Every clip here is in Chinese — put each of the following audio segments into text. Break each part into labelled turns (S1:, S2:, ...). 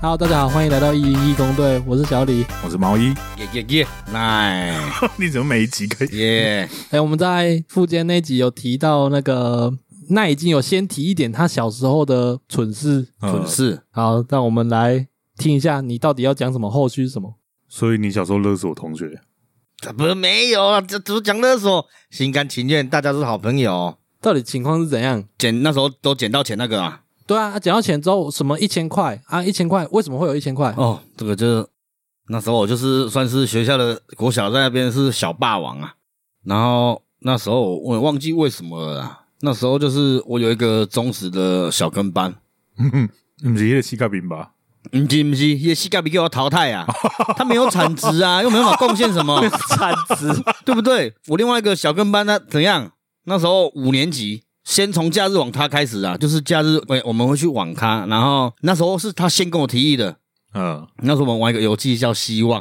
S1: Hello，大家好，欢迎来到一零一工队，我是小李。
S2: 我是毛衣，
S3: 耶耶耶，来
S2: 你怎么每一集可以？
S3: 耶！
S1: 哎、我们在附件那集有提到那个那已经有先提一点他小时候的蠢事。
S3: 蠢
S2: 呃
S3: 事，
S1: 好，那我们来听一下你到底要讲什么，后续是什么？
S2: 所以你小时候勒索同学，
S3: 怎么没有啊？这只讲勒索，心甘情愿，大家都是好朋友。
S1: 到底情况是怎样？
S3: 捡那时候都捡到钱那个啊，
S1: 对啊，捡到钱之后什么一千块啊？一千块为什么会有一千块？
S3: 哦，这个就是那时候我就是算是学校的国小在那边是小霸王啊。然后那时候我也忘记为什么了啦，那时候就是我有一个忠实的小跟班，
S2: 你是一个乞丐兵吧？
S3: 嗯，是不是？也膝盖比给我淘汰 啊，他没有产值啊，又没办法贡献什么。
S1: 产值
S3: 对不对？我另外一个小跟班他怎样？那时候五年级，先从假日网咖开始啊，就是假日，哎，我们会去网咖，然后那时候是他先跟我提议的。
S2: 嗯，
S3: 那时候我们玩一个游戏叫《希望》，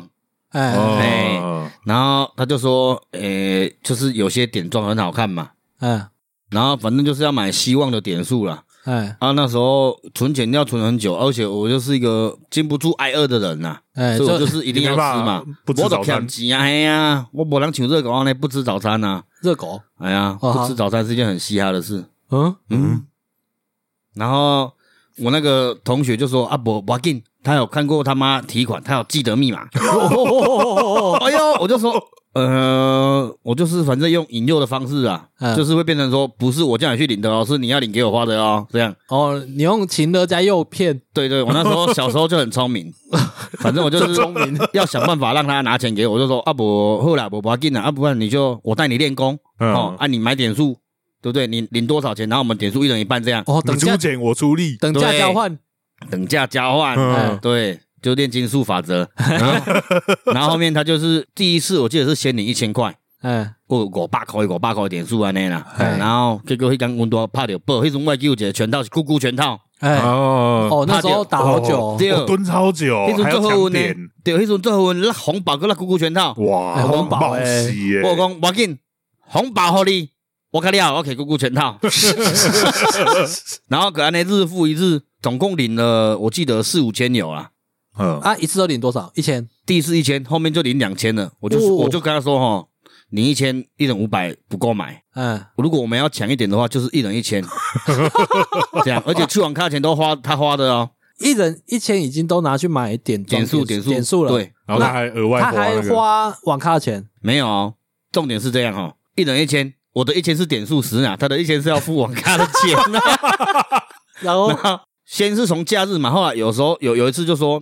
S1: 哎、
S3: 哎
S2: 哦，
S3: 然后他就说，诶、就是有些点状很好看嘛，
S1: 哎
S3: 然后反正就是要买希望的点数啦。
S1: 哎
S3: 啊，那时候存钱要存很久，而且我就是一个禁不住挨饿的人呐、啊
S1: 哎，
S3: 所以我
S1: 就
S3: 就是一定要吃嘛
S2: 你没办法，不吃
S3: 我都
S2: 早餐
S3: 欠钱啊，哎呀，我不能请这个话呢，不吃早餐呐、
S1: 热狗。
S3: 哎呀，
S1: 哦
S3: 不
S1: 好
S3: 吃早餐是一件很嘻哈的事。
S1: 嗯，
S3: 嗯，然后我那个同学就说：“啊，不不要紧，他有看过他妈提款，他有记得密码。
S1: 哦
S3: 哎呦，我就说，呃，我就是反正用引诱的方式啊，
S1: 嗯
S3: 就是会变成说，不是我叫你去领的哦，是你要领给我花的哦，这样。
S1: 哦，你用情勒加诱骗，
S3: 对对，我那时候小时候就很 聪明，反正我就是聪明，要想办法让他拿钱给我，我就说啊不，后来我不要紧了，啊不然你就我带你练功，
S2: 嗯
S3: 哦，啊你买点数，对不对？你领多少钱，然后我们点数一人一半这样，
S1: 哦，
S2: 你
S1: 等
S2: 出
S1: 价
S2: 钱我出力，
S1: 等价
S3: 对
S1: 交换，
S3: 等价交换，
S2: 嗯
S3: 对，就炼金术法则。 然后后面他就是第一次，我记得是先领一千块，
S1: 哎
S3: 我五百块，五百块点数安尼啦。
S1: 哎
S3: 然后结果迄天阮都拍着报，迄阵我记有一个拳套是咕咕拳套，
S1: 哎，
S2: 哦，
S1: 哦，那时候打好久，
S3: 对，
S2: 我蹲超久哦
S3: 迄，
S2: 还
S3: 阵
S2: 要
S3: 最好
S2: 抢
S3: 运呢
S2: 点，，
S3: 对，迄阵最好运那红宝跟那咕咕拳套，
S2: 哇，
S1: 哎红宝
S2: 冒
S1: 哎
S2: 喜耶，
S3: 我讲我紧红宝互你，我看了，我给姑姑全套。 然后可安尼日复一日，总共领了我记得四五千有啊。
S2: 嗯，
S1: 啊，一次都领多少？一千。
S3: 第一次一千，后面就领两千了。我就、
S1: 哦
S3: 我就跟他说哈，你一千一人五百不够买，
S1: 嗯，
S3: 如果我们要抢一点的话，就是一人 一千，这样。而且去网咖钱都花他花的哦，
S1: 一人一千已经都拿去买点装
S3: 点数
S1: 点
S3: 数
S1: 点数了，，
S3: 对，
S2: 然后他还额外
S1: 他
S2: 那
S1: 还
S2: 个，
S1: 花网咖的钱，
S3: 没有、哦。重点是这样哦，一人一千，我的一千是点数十啊，他的一千是要付网咖的钱啊。
S1: 然 后
S3: 那先是从假日嘛，后来有时候有有一次就说，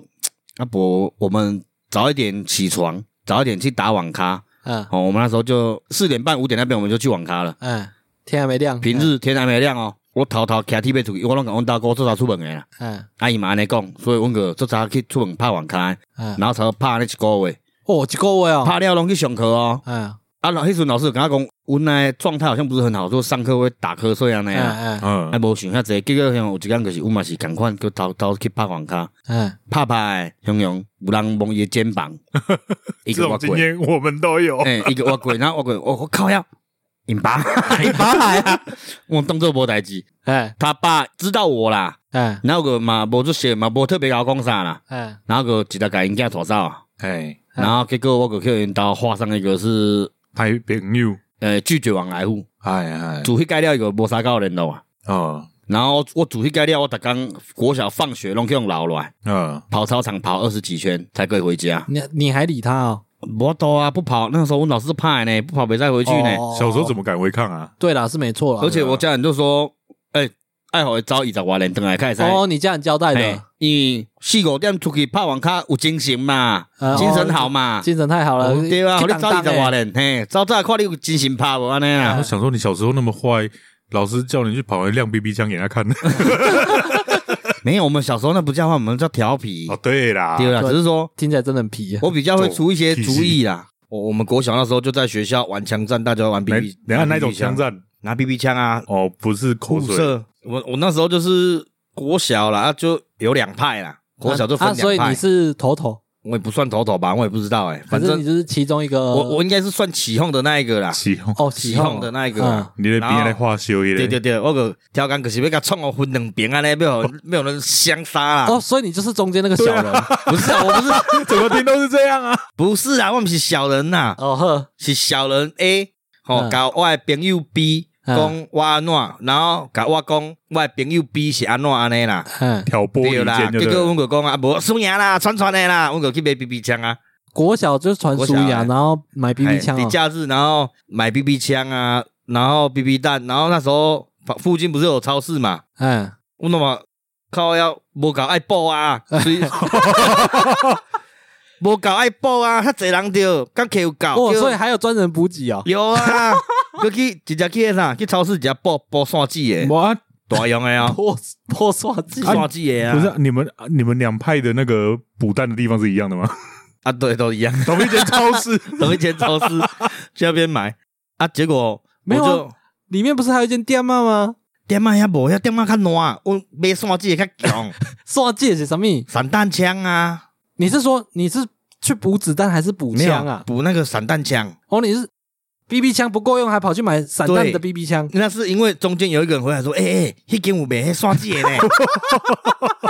S3: 阿伯，我们早一点起床，早一点去打网咖。
S1: 嗯
S3: 哦，我们那时候就四点半五点那边我们就去网咖了。
S1: 嗯，天还没亮，
S3: 平日天还没亮哦，我偷偷骑 T 背出去，我拢甲阮大哥做早出门的啦。
S1: 嗯
S3: 阿姨嘛安尼讲，所以阮个做早去出门拍网咖的，
S1: 嗯，
S3: 然后才拍那一个月，
S1: 哦，一个月哦，
S3: 拍了拢去上课哦。
S1: 嗯
S3: 啊，老迄阵老师有跟我讲，阮那状态好像不是很好，说上课会打瞌睡安尼
S1: 嗯
S3: 啊。
S1: 嗯
S3: 啊，
S2: 嗯，
S3: 无想遐济，结果像有一工就是阮嘛是共款，去偷偷去拍网咖，
S1: 嗯，
S3: 拍拍的，雄雄有人摸伊的 肩膀，一
S2: 这
S3: 个我
S2: 种经
S3: 过，
S2: 验我们都有，
S3: 哎，一个我过，然后我过，哦我我靠呀，因爸，因爸来啊，我当做无代志。
S1: 哎
S3: 他爸知道我啦，
S1: 哎
S3: 然后个嘛无出息嘛无特别甲我讲啥啦，
S1: 哎
S3: 然后个直接甲因囝拖走，啊
S2: 哎，
S3: 然后结果我个去因兜画上一个是
S2: 还朋友，
S3: 呃拒绝往来户，
S2: 哎哎，
S3: 主迄改了一个无啥够联络啊，
S2: 嗯
S3: 然后我主迄改了我逐工国小放学拢去用留落来，
S2: 嗯，
S3: 跑操场跑二十几圈才可以回家，
S1: 你你还理他哦？
S3: 无多啊不跑，那时候我老师怕呢，不跑没再回去呢，
S1: 哦
S2: 小时候怎么敢违抗啊？
S1: 对啦，是没错啦
S3: 而。且我家人就说，哎、爱好招二十外人等来开始。
S1: 哦，你家人交代
S3: 哎
S1: 的，，
S3: 伊四五点出去拍网卡有精神嘛，
S1: 呃
S3: 精神好嘛，
S1: 精神太好了，
S3: 对啊，
S1: 去
S3: 我咧
S1: 当
S3: 早
S1: 当
S3: 二十
S1: 欸
S3: 外年，嘿，早早看你有精神拍无安尼
S2: 然后
S3: 啊？
S2: 想说你小时候那么坏，老师叫你去跑来亮 BB 枪给他 看，
S3: 没有，我们小时候那不叫话，我们叫调皮
S2: 哦，，对啦，
S3: 对啊啦，
S1: 啊对
S3: 只是说
S1: 听起来真的很皮耶。啊
S3: 我比较会出一些主意啦。
S1: 哦
S3: 我我们国小那时候就在学校玩枪战，大家玩
S2: 没
S3: BB，，
S2: 等一下
S3: 拿
S2: 那种
S3: BB
S2: 枪战
S3: 拿 BB 枪啊，
S2: 哦，不是口
S3: 互
S2: 水，
S3: 射。我我那时候就是国小啦，啊就有两派啦，国小就
S1: 啊，
S3: 分
S1: 所
S3: 两
S1: 以你
S3: 派。
S1: 是头头
S3: 我也不算头头吧，我也不知道哎、
S1: 反
S3: 反
S1: 正你
S3: 正
S1: 就是其中一个。
S3: 我我应该是算起哄的那一个啦，
S2: 起哄，
S1: 哦，
S3: 起
S1: 哄
S3: 哄的那一个
S1: 嗯
S3: 啦。
S2: 你的边来画修一
S3: 对
S2: 嘞
S3: 对，对，我个挑杆可是要甲创我分两边啊嘞，没有没有人相杀啦。
S1: 哦，所以你就是中间那个小人。
S3: 不是啊，我 不是
S2: 怎么听都是这样啊。
S3: 不是啊，我们是小人呐、
S1: 哦呵，
S3: 是小人 A，吼、
S1: 嗯
S3: 甲我的朋友 B
S1: 嗯
S3: 讲我安怎，然后甲我讲我的朋友 B 是安怎安尼啦，
S1: 嗯，
S2: 挑拨离
S3: 对啦，
S2: 间就
S3: 结
S2: 对
S3: 果
S2: 了。
S3: 阮就讲啊，无输赢啦，传传的啦，阮就去买 BB 枪啊，
S1: 国小就是传
S3: 国
S1: 输
S3: 小
S1: 牙，
S3: 哎
S1: 然后买 BB 枪哦
S3: 哎在。假日然后买 BB 枪啊，然后 BB 弹，然后那时候附近不是有超市嘛，
S1: 嗯，
S3: 我那么靠要无搞爱报啊，所以 无搞爱报啊，较侪人着，刚客有搞，
S1: 哦，
S3: 叫
S1: 所以还有专人补给 哦。
S3: 有啊，佮去直接去那啥，去超市直接报报线子诶，
S2: 我啊，
S3: 大用诶哦，
S1: 破破刷技
S3: 线子诶啊，
S2: 不是啊你们你们两派的那个补弹的地方是一样的吗？
S3: 啊，对，都一样，
S2: 同一间超市，
S3: 同一间超市 去那边买啊，结果
S1: 没有啊
S3: 我就
S1: 里面不是还有一间店吗吗？
S3: 点啊遐无遐点啊较烂，阮买线子诶较强，
S1: 刷戒是什么？
S3: 散弹枪啊，
S1: 你是说你是去补子弹还是补
S3: 没有
S1: 枪啊？
S3: 补那个散弹枪，
S1: 哦，你是 BB 枪不够用，还跑去买散弹
S3: 对
S1: 的 BB 枪。
S3: 那是因为中间有一个人回来说，诶、欸、诶，迄间有卖迄线子诶呢，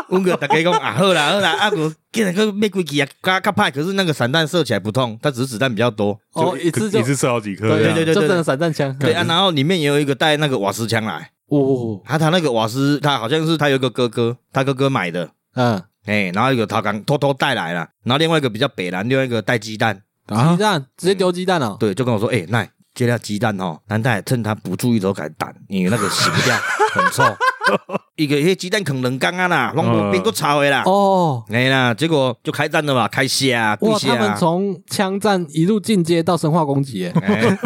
S3: 阮个大家讲啊，好啦好啦，啊个竟然个买几支啊，较较歹，可是那个散弹射起来不痛，它只是子弹比较多。
S1: 哦，一次就
S2: 一次射好几颗，
S3: 对
S2: 这样
S3: 对对
S1: 啊就真的散弹枪。
S3: 对啊，然后里面也有一个带那个瓦斯枪来，
S1: 哦，
S3: 他他那个瓦斯，他好像是他有一个哥哥，他哥哥买的，
S1: 嗯，
S3: 哎、然后有个他刚偷偷带来了，然后另外一个比较北蓝，另外一个带鸡蛋，
S1: 鸡蛋直接丢鸡蛋哦。
S3: 对，就跟我说，哎、那接掉鸡蛋哦，南大趁他不注意的时候给他蛋，因为那个洗不 掉，很臭，一个迄鸡蛋啃冷缸啊啦，弄不变都吵的啦，
S1: 嗯哦，
S3: 哎、啦，结果就开战了嘛，开虾、啊，
S1: 哇，
S3: 跪
S1: 他
S3: 虾啊
S1: 们从枪战一路进阶到生化攻击耶。
S3: 哎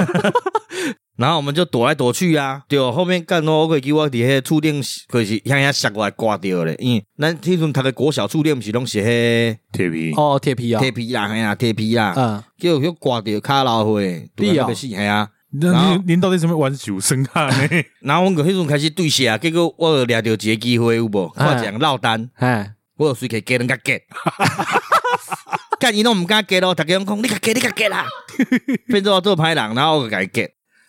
S3: 然后我们就躲来躲去啊，对哦，后面干哦，我可以我伫迄厝顶，可是向遐摔过来挂掉咧，因为咱迄阵读的国小厝顶毋是拢是迄
S2: 铁皮
S1: 哦，铁皮啊
S3: 铁，皮啦，嘿啊，铁皮啦，
S1: 嗯，
S3: 叫叫挂掉卡老灰，
S1: 你哦
S3: 个死，嘿啊。然
S2: 那
S3: 后
S2: 您您到底什么玩球生啊？呢？
S3: 然后阮个迄阵开始对射，结果我有掠着一个机会有无？
S1: 哎
S3: 我讲落单，
S1: 哎，
S3: 我有随给加人家加， 干伊拢毋敢加咯，逐家拢讲你甲加，你甲 加啦，变做我做歹人，然后我就甲伊加，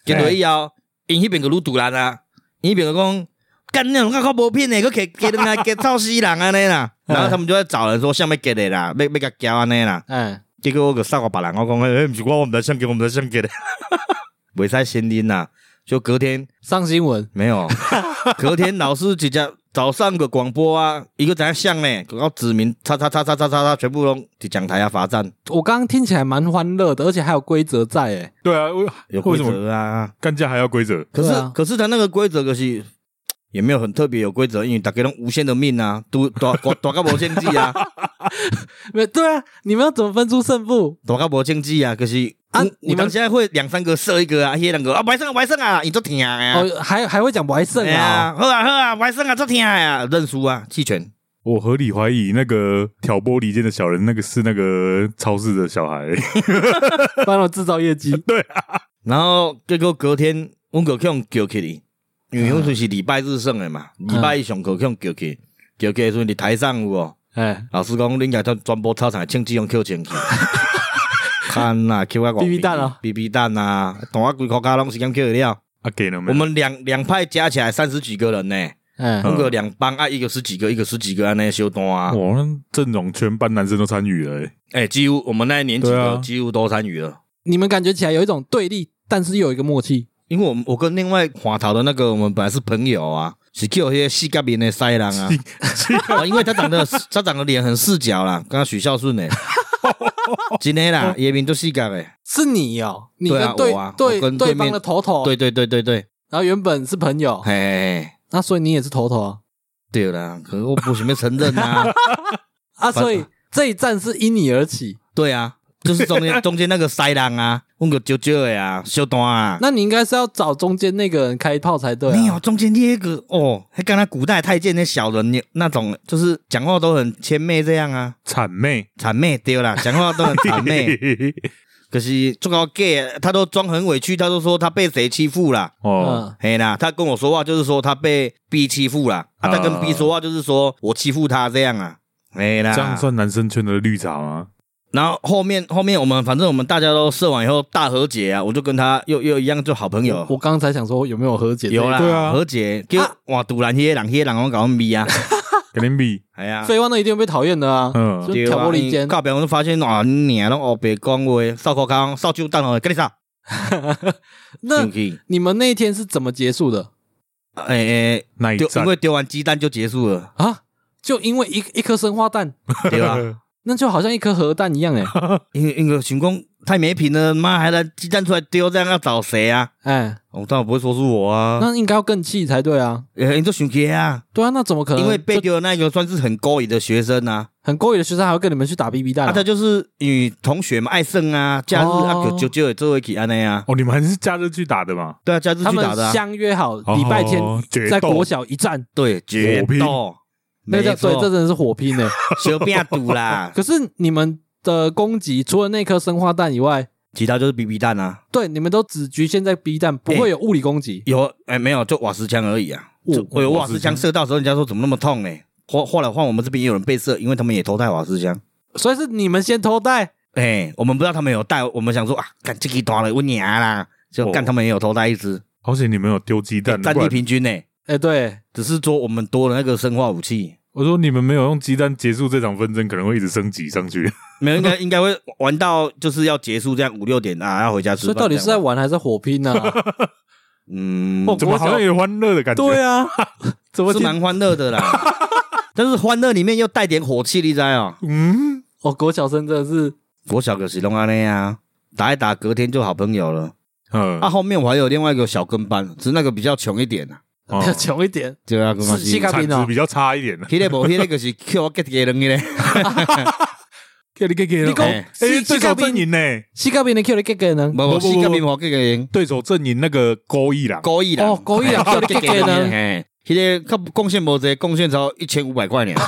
S3: 加到以后，因迄边个愈突然啊，因迄边个讲干你两个较无品诶，佮加加人 家加臭死人啊安尼啦，
S1: 哎
S3: 然后他们就在找人说想要加的啦，要要甲交安尼啦，
S1: 哎，
S3: 结果我个送互别人，我讲诶，毋、是我，我毋知想加，我毋知想加的， 袂使先啉啦，就隔天。
S1: 上新闻。
S3: 没有， 隔天老师直接早上个广播啊，一个怎样像呢？然后指明叉叉叉叉叉叉叉，全部都在讲台啊罚站，
S1: 我刚刚听起来蛮欢乐的，而且还有规则在欸诶。
S2: 对啊，为为
S3: 有规
S2: 什么
S3: 则啊。
S2: 干架还要规则？
S3: 可是、
S1: 对啊
S3: 可是他那个规则可是也没有很特别有规则，因为大家都无限的命啊，都大大大个无限制啊，
S1: 没对啊，你们要怎么分出胜负？
S3: 大个无限制啊，可是
S1: 啊
S3: 啊，
S1: 你
S3: 你
S1: 们
S3: 们现在会两三个射一个啊，迄两个啊，白胜啊白胜啊，你都听啊，
S1: 哦，还还会讲白胜
S3: 哎
S1: 啊？
S3: 呀，好啊好啊，白胜啊，都听啊，认输啊，弃权。
S2: 我合理怀疑那个挑拨离间的小人，那个是那个超市的小孩，
S1: 帮我制造业 绩。
S3: 然后结果隔天，阮个去互叫起哩，因为阮就是礼拜日算的嘛，礼拜一上课去互叫起，叫起的时阵伫台上有无？
S1: 哎
S3: 老师讲恁家全全部操场清志用扣清去。看呐、啊，扣啊
S1: BB 蛋啊
S3: ，BB 蛋啊，同我规国家拢是咁扣了。
S2: 啊，给了没？
S3: 我们两两派加起来三十几个人呢，
S1: 哎
S3: 我，个两帮啊，一个十几个，一个十几个安尼小单啊。
S2: 哇，那阵容全班男生都参与了、欸，
S3: 哎、几乎我们那一年级
S2: 对
S3: 的、
S2: 啊
S3: 几乎都参与了，
S1: 你们感觉起来有一种对立，但是又有一个默契。
S3: 因为我们我跟另外华桃的那个我们本来是朋友啊，是叫迄个四角面的西人啊。 啊，因为他长得他长得脸很四角啦，刚刚许孝 顺呢，真的啦，
S1: 哦
S3: 叶明就四角诶，
S1: 是你哦，你
S3: 对
S1: 跟
S3: 啊
S1: 对
S3: 我啊
S1: 对
S3: 我跟
S1: 对
S3: 对面
S1: 方的头头，
S3: 对对对对对，
S1: 然后原本是朋友，
S3: 嘿，
S1: 那所以你也是头头啊，
S3: 对啦，可是我不想要承认啊，
S1: 啊，
S3: 反
S1: 所以这一战是因你而起，
S3: 对啊，就是 中间中间那个塞人啊，问个少少的啊，小段啊，
S1: 那你应该是要找中间那个人开炮才对、啊，
S3: 没有，中间那个哦，还跟他古代太监那小人那那种，就是讲话都很谄媚这样啊，
S2: 谄媚，
S3: 谄媚对啦，讲话都很谄 媚，可是做到 gay，他都装很委屈，他都说他被谁欺负啦。
S2: 哦，
S1: 嗯，
S3: 嘿啦，他跟我说话就是说他被 B 欺负啦，啊，他跟 B 说话就是说我欺负他这样啊，嘿啦，
S2: 这样算男生圈的绿茶吗？
S3: 然后后面后面我们反正我们大家都射完以后大和解啊，我就跟他又又一样就好朋友
S1: 我，我刚才想说有没有和解？
S3: 有啦，
S2: 对啊
S3: 和解就哇堵然些人些人我搞我咪啊，
S2: 肯定比
S3: 哎呀
S1: 废，话，那一定会被讨厌的啊！
S2: 嗯
S1: 就挑拨离间
S3: 告别我就发现哇，你拢哦别讲话，少口康少酒蛋哦，跟你啥？
S1: 那
S3: 生气
S1: 你们那一天是怎么结束的
S3: 哎
S2: 那
S3: 哎，
S2: 一
S3: 丢因
S2: 战
S3: 为丢完鸡蛋就结束了，
S1: 啊？就因为一一颗生花蛋，
S3: 对吧？
S1: 那就好像一颗核弹一样哎、
S3: 因为因为想讲太没品了，妈还拿鸡蛋出来丢，这样要找谁啊？
S1: 哎，
S3: 我、当然不会说是我啊，
S1: 那应该要更气才对啊！
S3: 哎你就生气啊，
S1: 对啊，那怎么可能？
S3: 因为被
S1: 就
S3: 丢的那个算是很高一的学生啊，
S1: 很勾引的学生还会跟你们去打 BB
S3: 啊，
S1: 弹、
S3: 他
S1: 啊，
S3: 就是与同学嘛爱胜啊，假日啊
S1: 哦
S3: 就就就做一起安那样啊，
S2: 哦，你们还是假日去打的嘛？
S3: 对啊，假日
S1: 他
S3: 去打
S1: 们
S3: 的、啊，
S1: 相约好
S2: 哦
S1: 礼拜天
S2: 决
S1: 在
S2: 斗
S1: 国小一战，
S3: 对决
S2: 火拼
S3: 斗，
S1: 那
S3: 没
S1: 个对，这真
S3: 错，
S1: 的是火拼哎、
S3: 小变赌 啦，
S1: 可是你们的攻击除了那颗生化弹以外，
S3: 其他就是 BB 弹啊，
S1: 对，你们都只局限在 B 弹，不会有物理攻击。
S3: 有哎、没有就瓦斯枪而已啊，
S1: 哦
S3: 就我有瓦斯
S2: 瓦斯枪
S3: 枪射到的时候，人家说怎么那么痛呢、后后来换我们这边也有人被射，因为他们也偷带瓦斯枪。
S1: 所以是你们先偷带，
S3: 哎、我们不知道他们有带，我们想说啊，干这个大了，我娘啦，就
S2: 哦
S3: 干他们也有偷带一只，
S2: 好险你们有丢鸡蛋，
S3: 战
S2: 不
S3: 力
S2: 然
S3: 平均呢、
S1: 哎、对，
S3: 只是说我们多了那个生化武器，
S2: 我说你们没有用鸡蛋结束这场纷争，可能会一直升级上去。
S3: 没有应该应该会玩到就是要结束这样五六点啊，要回家吃
S1: 所以
S3: 饭。
S1: 到底是
S3: 这
S1: 在
S3: 样吧
S1: 玩还是在火拼啊呢、
S3: 嗯，
S1: 哦
S2: 怎么好像有欢乐的感觉？
S1: 对啊， 怎么
S3: 是
S1: 听？
S3: 蛮欢乐的啦，但是欢乐里面又带点火气，你知道哦。
S2: 嗯，
S1: 哦，国小生真的是
S3: 我小可是弄安那啊，打一打隔天就好朋友了。
S2: 嗯
S3: 啊，后面我还有另外一个小跟班，只是那个比较穷一点啊，
S2: 哦
S1: 穷一点，
S3: 就那个嘛
S1: 是西卡
S2: 产
S1: 宾
S2: 值
S1: 哦
S2: 比，较差一点。
S3: 迄个无迄个就是 Q 我 get 个人的咧，
S2: 你给给
S1: 你讲
S2: 哎，
S1: 是
S2: 对手阵营呢？
S1: 西卡宾的 Q 的 get 呢？
S3: 无
S2: 不
S3: 无
S2: 不
S3: 西
S2: 不
S3: 甲面我 get 个人，
S2: 对手阵营那个高一郎，
S3: 高一啦，
S1: 哦高一啦 Q
S3: 嘿
S1: 你 get 个人
S3: 嘿，迄个较贡献无济，贡献超一千五百块呢。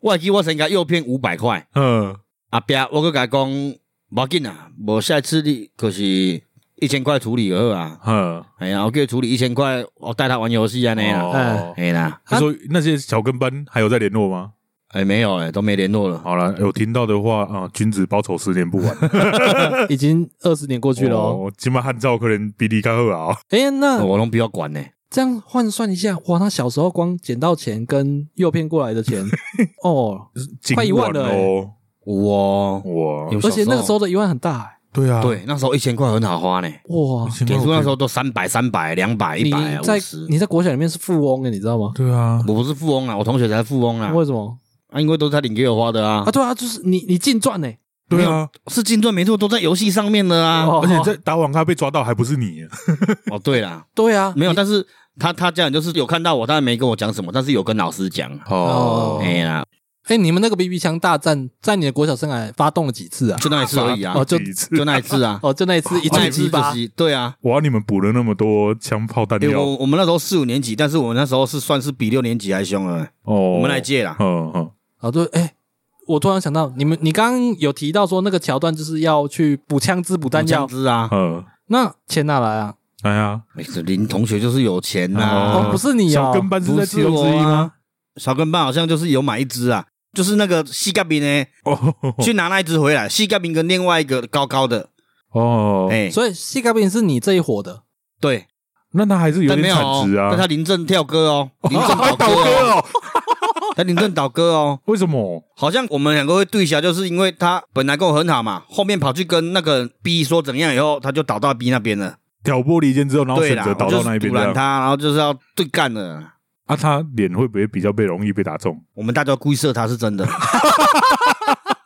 S3: 我还记我先甲右骗五百块，
S2: 嗯，
S3: 后壁我搁甲讲无要紧啦，无下次你就是一千块处理就好啊。
S2: 嗯，
S3: 哎呀，我给他处理一千块，我带他玩游戏安尼啦，
S1: 哎
S2: 哦，
S3: 哎啦，
S2: 他说那些小跟班还有在联络吗？
S3: 哎没有哎，都没联络了。
S2: 好了，有听到的话啊，君子报仇十年不晚。
S1: 已经二十年过 去了哦。，
S2: 今麦汉照可能比你较好啊。
S1: 哎、那
S3: 我拢不要管呢、
S1: 这样换算一下，哇，他小时候光捡到钱跟诱骗过来的钱，哦，快一万了欸
S2: 今晚哦，
S3: 有哦，
S2: 哇，
S3: 有
S1: 而且那个时候
S3: 的
S1: 的一万很大、哎
S2: 对啊，
S3: 对，那时候一千块很好花呢、
S1: 哇，
S2: 今
S3: 点
S2: 晚我可以，
S3: 数那时候都三百、三百、两百、一
S1: 你
S3: 百、
S1: 在
S3: 五十。
S1: 你在国小里面是富翁哎、你知道吗？
S2: 对啊，
S3: 我不是富翁啊，我同学才是富翁啊，
S1: 为什么
S3: 啊，因为都是他领给我花的啊
S1: 啊？，对啊，就是你你净赚哎，
S2: 对
S3: 没
S2: 啊，
S3: 是金钻没错，都在游戏上面的啊。
S1: 哦
S2: 而且在打网咖被抓到还不是你，
S3: 哦，对 啦，
S1: 对啊，
S3: 没有，但是他他家人就是有看到我，但没跟我讲什么，但是有跟老师讲啊。
S1: 哦
S3: 哎呀，
S1: 哎、你们那个 BB 枪大战在你的国小生涯发动了几次啊？
S3: 就那一次而已啊
S1: 哦，就，
S2: 第一次
S3: 就那一次啊
S1: 哦，就那一次一
S3: 那 一
S1: 战
S3: 次
S1: 七
S3: 就
S1: 八，
S3: 是对啊。
S2: 哇，你们补了那么多枪炮弹
S3: 因为
S2: 药
S3: 我我们那时候四五年级，但是我那时候是算是比六年级还凶了、
S2: 哦，
S3: 我们来借啦。
S2: 嗯嗯，
S1: 哦，对，哎、我突然想到，你们你刚刚有提到说那个桥段就是要去补枪支、补弹药，
S3: 子啊，
S2: 嗯，
S1: 那钱哪来啊？
S2: 哎呀，
S3: 哎这林同学就是有钱呐、
S1: 哦，不是你
S2: 小
S1: 哦，
S2: 跟班是在其中
S3: 不
S2: 之
S3: 是
S2: 一
S3: 我
S2: 吗
S3: 啊？小跟班好像就是有买一只啊，就是那个细盖饼呢，
S1: 啊
S2: 哦
S3: 去拿那一只回来。细盖饼跟另外一个高高的，
S2: 哦，
S3: 哎、
S1: 所以膝盖病是你这一伙的，
S3: 对，
S2: 那他还是有
S3: 但没
S2: 点
S3: 有、
S2: 产
S3: 哦
S2: 值，啊
S3: 但。他临阵跳歌 哦，临阵
S2: 还
S3: 倒
S2: 倒
S3: 歌
S2: 戈
S3: 哦，
S2: 哦？
S3: 他临阵倒歌哦。
S2: 为什么？
S3: 好像我们两个会对下，就是因为他本来跟我很好嘛，后面跑去跟那个 B 说怎样以后，他就倒到 B 那边了。
S2: 挑拨离间之后，然后
S3: 对
S2: 选
S3: 啦，
S2: 择倒到那一边
S3: 我就是堵
S2: 这
S3: 拦
S2: 样
S3: 他，然后就是要对干了。
S2: 啊？他脸会不会比较被容易被打中？
S3: 我们大家故意射他 是真的。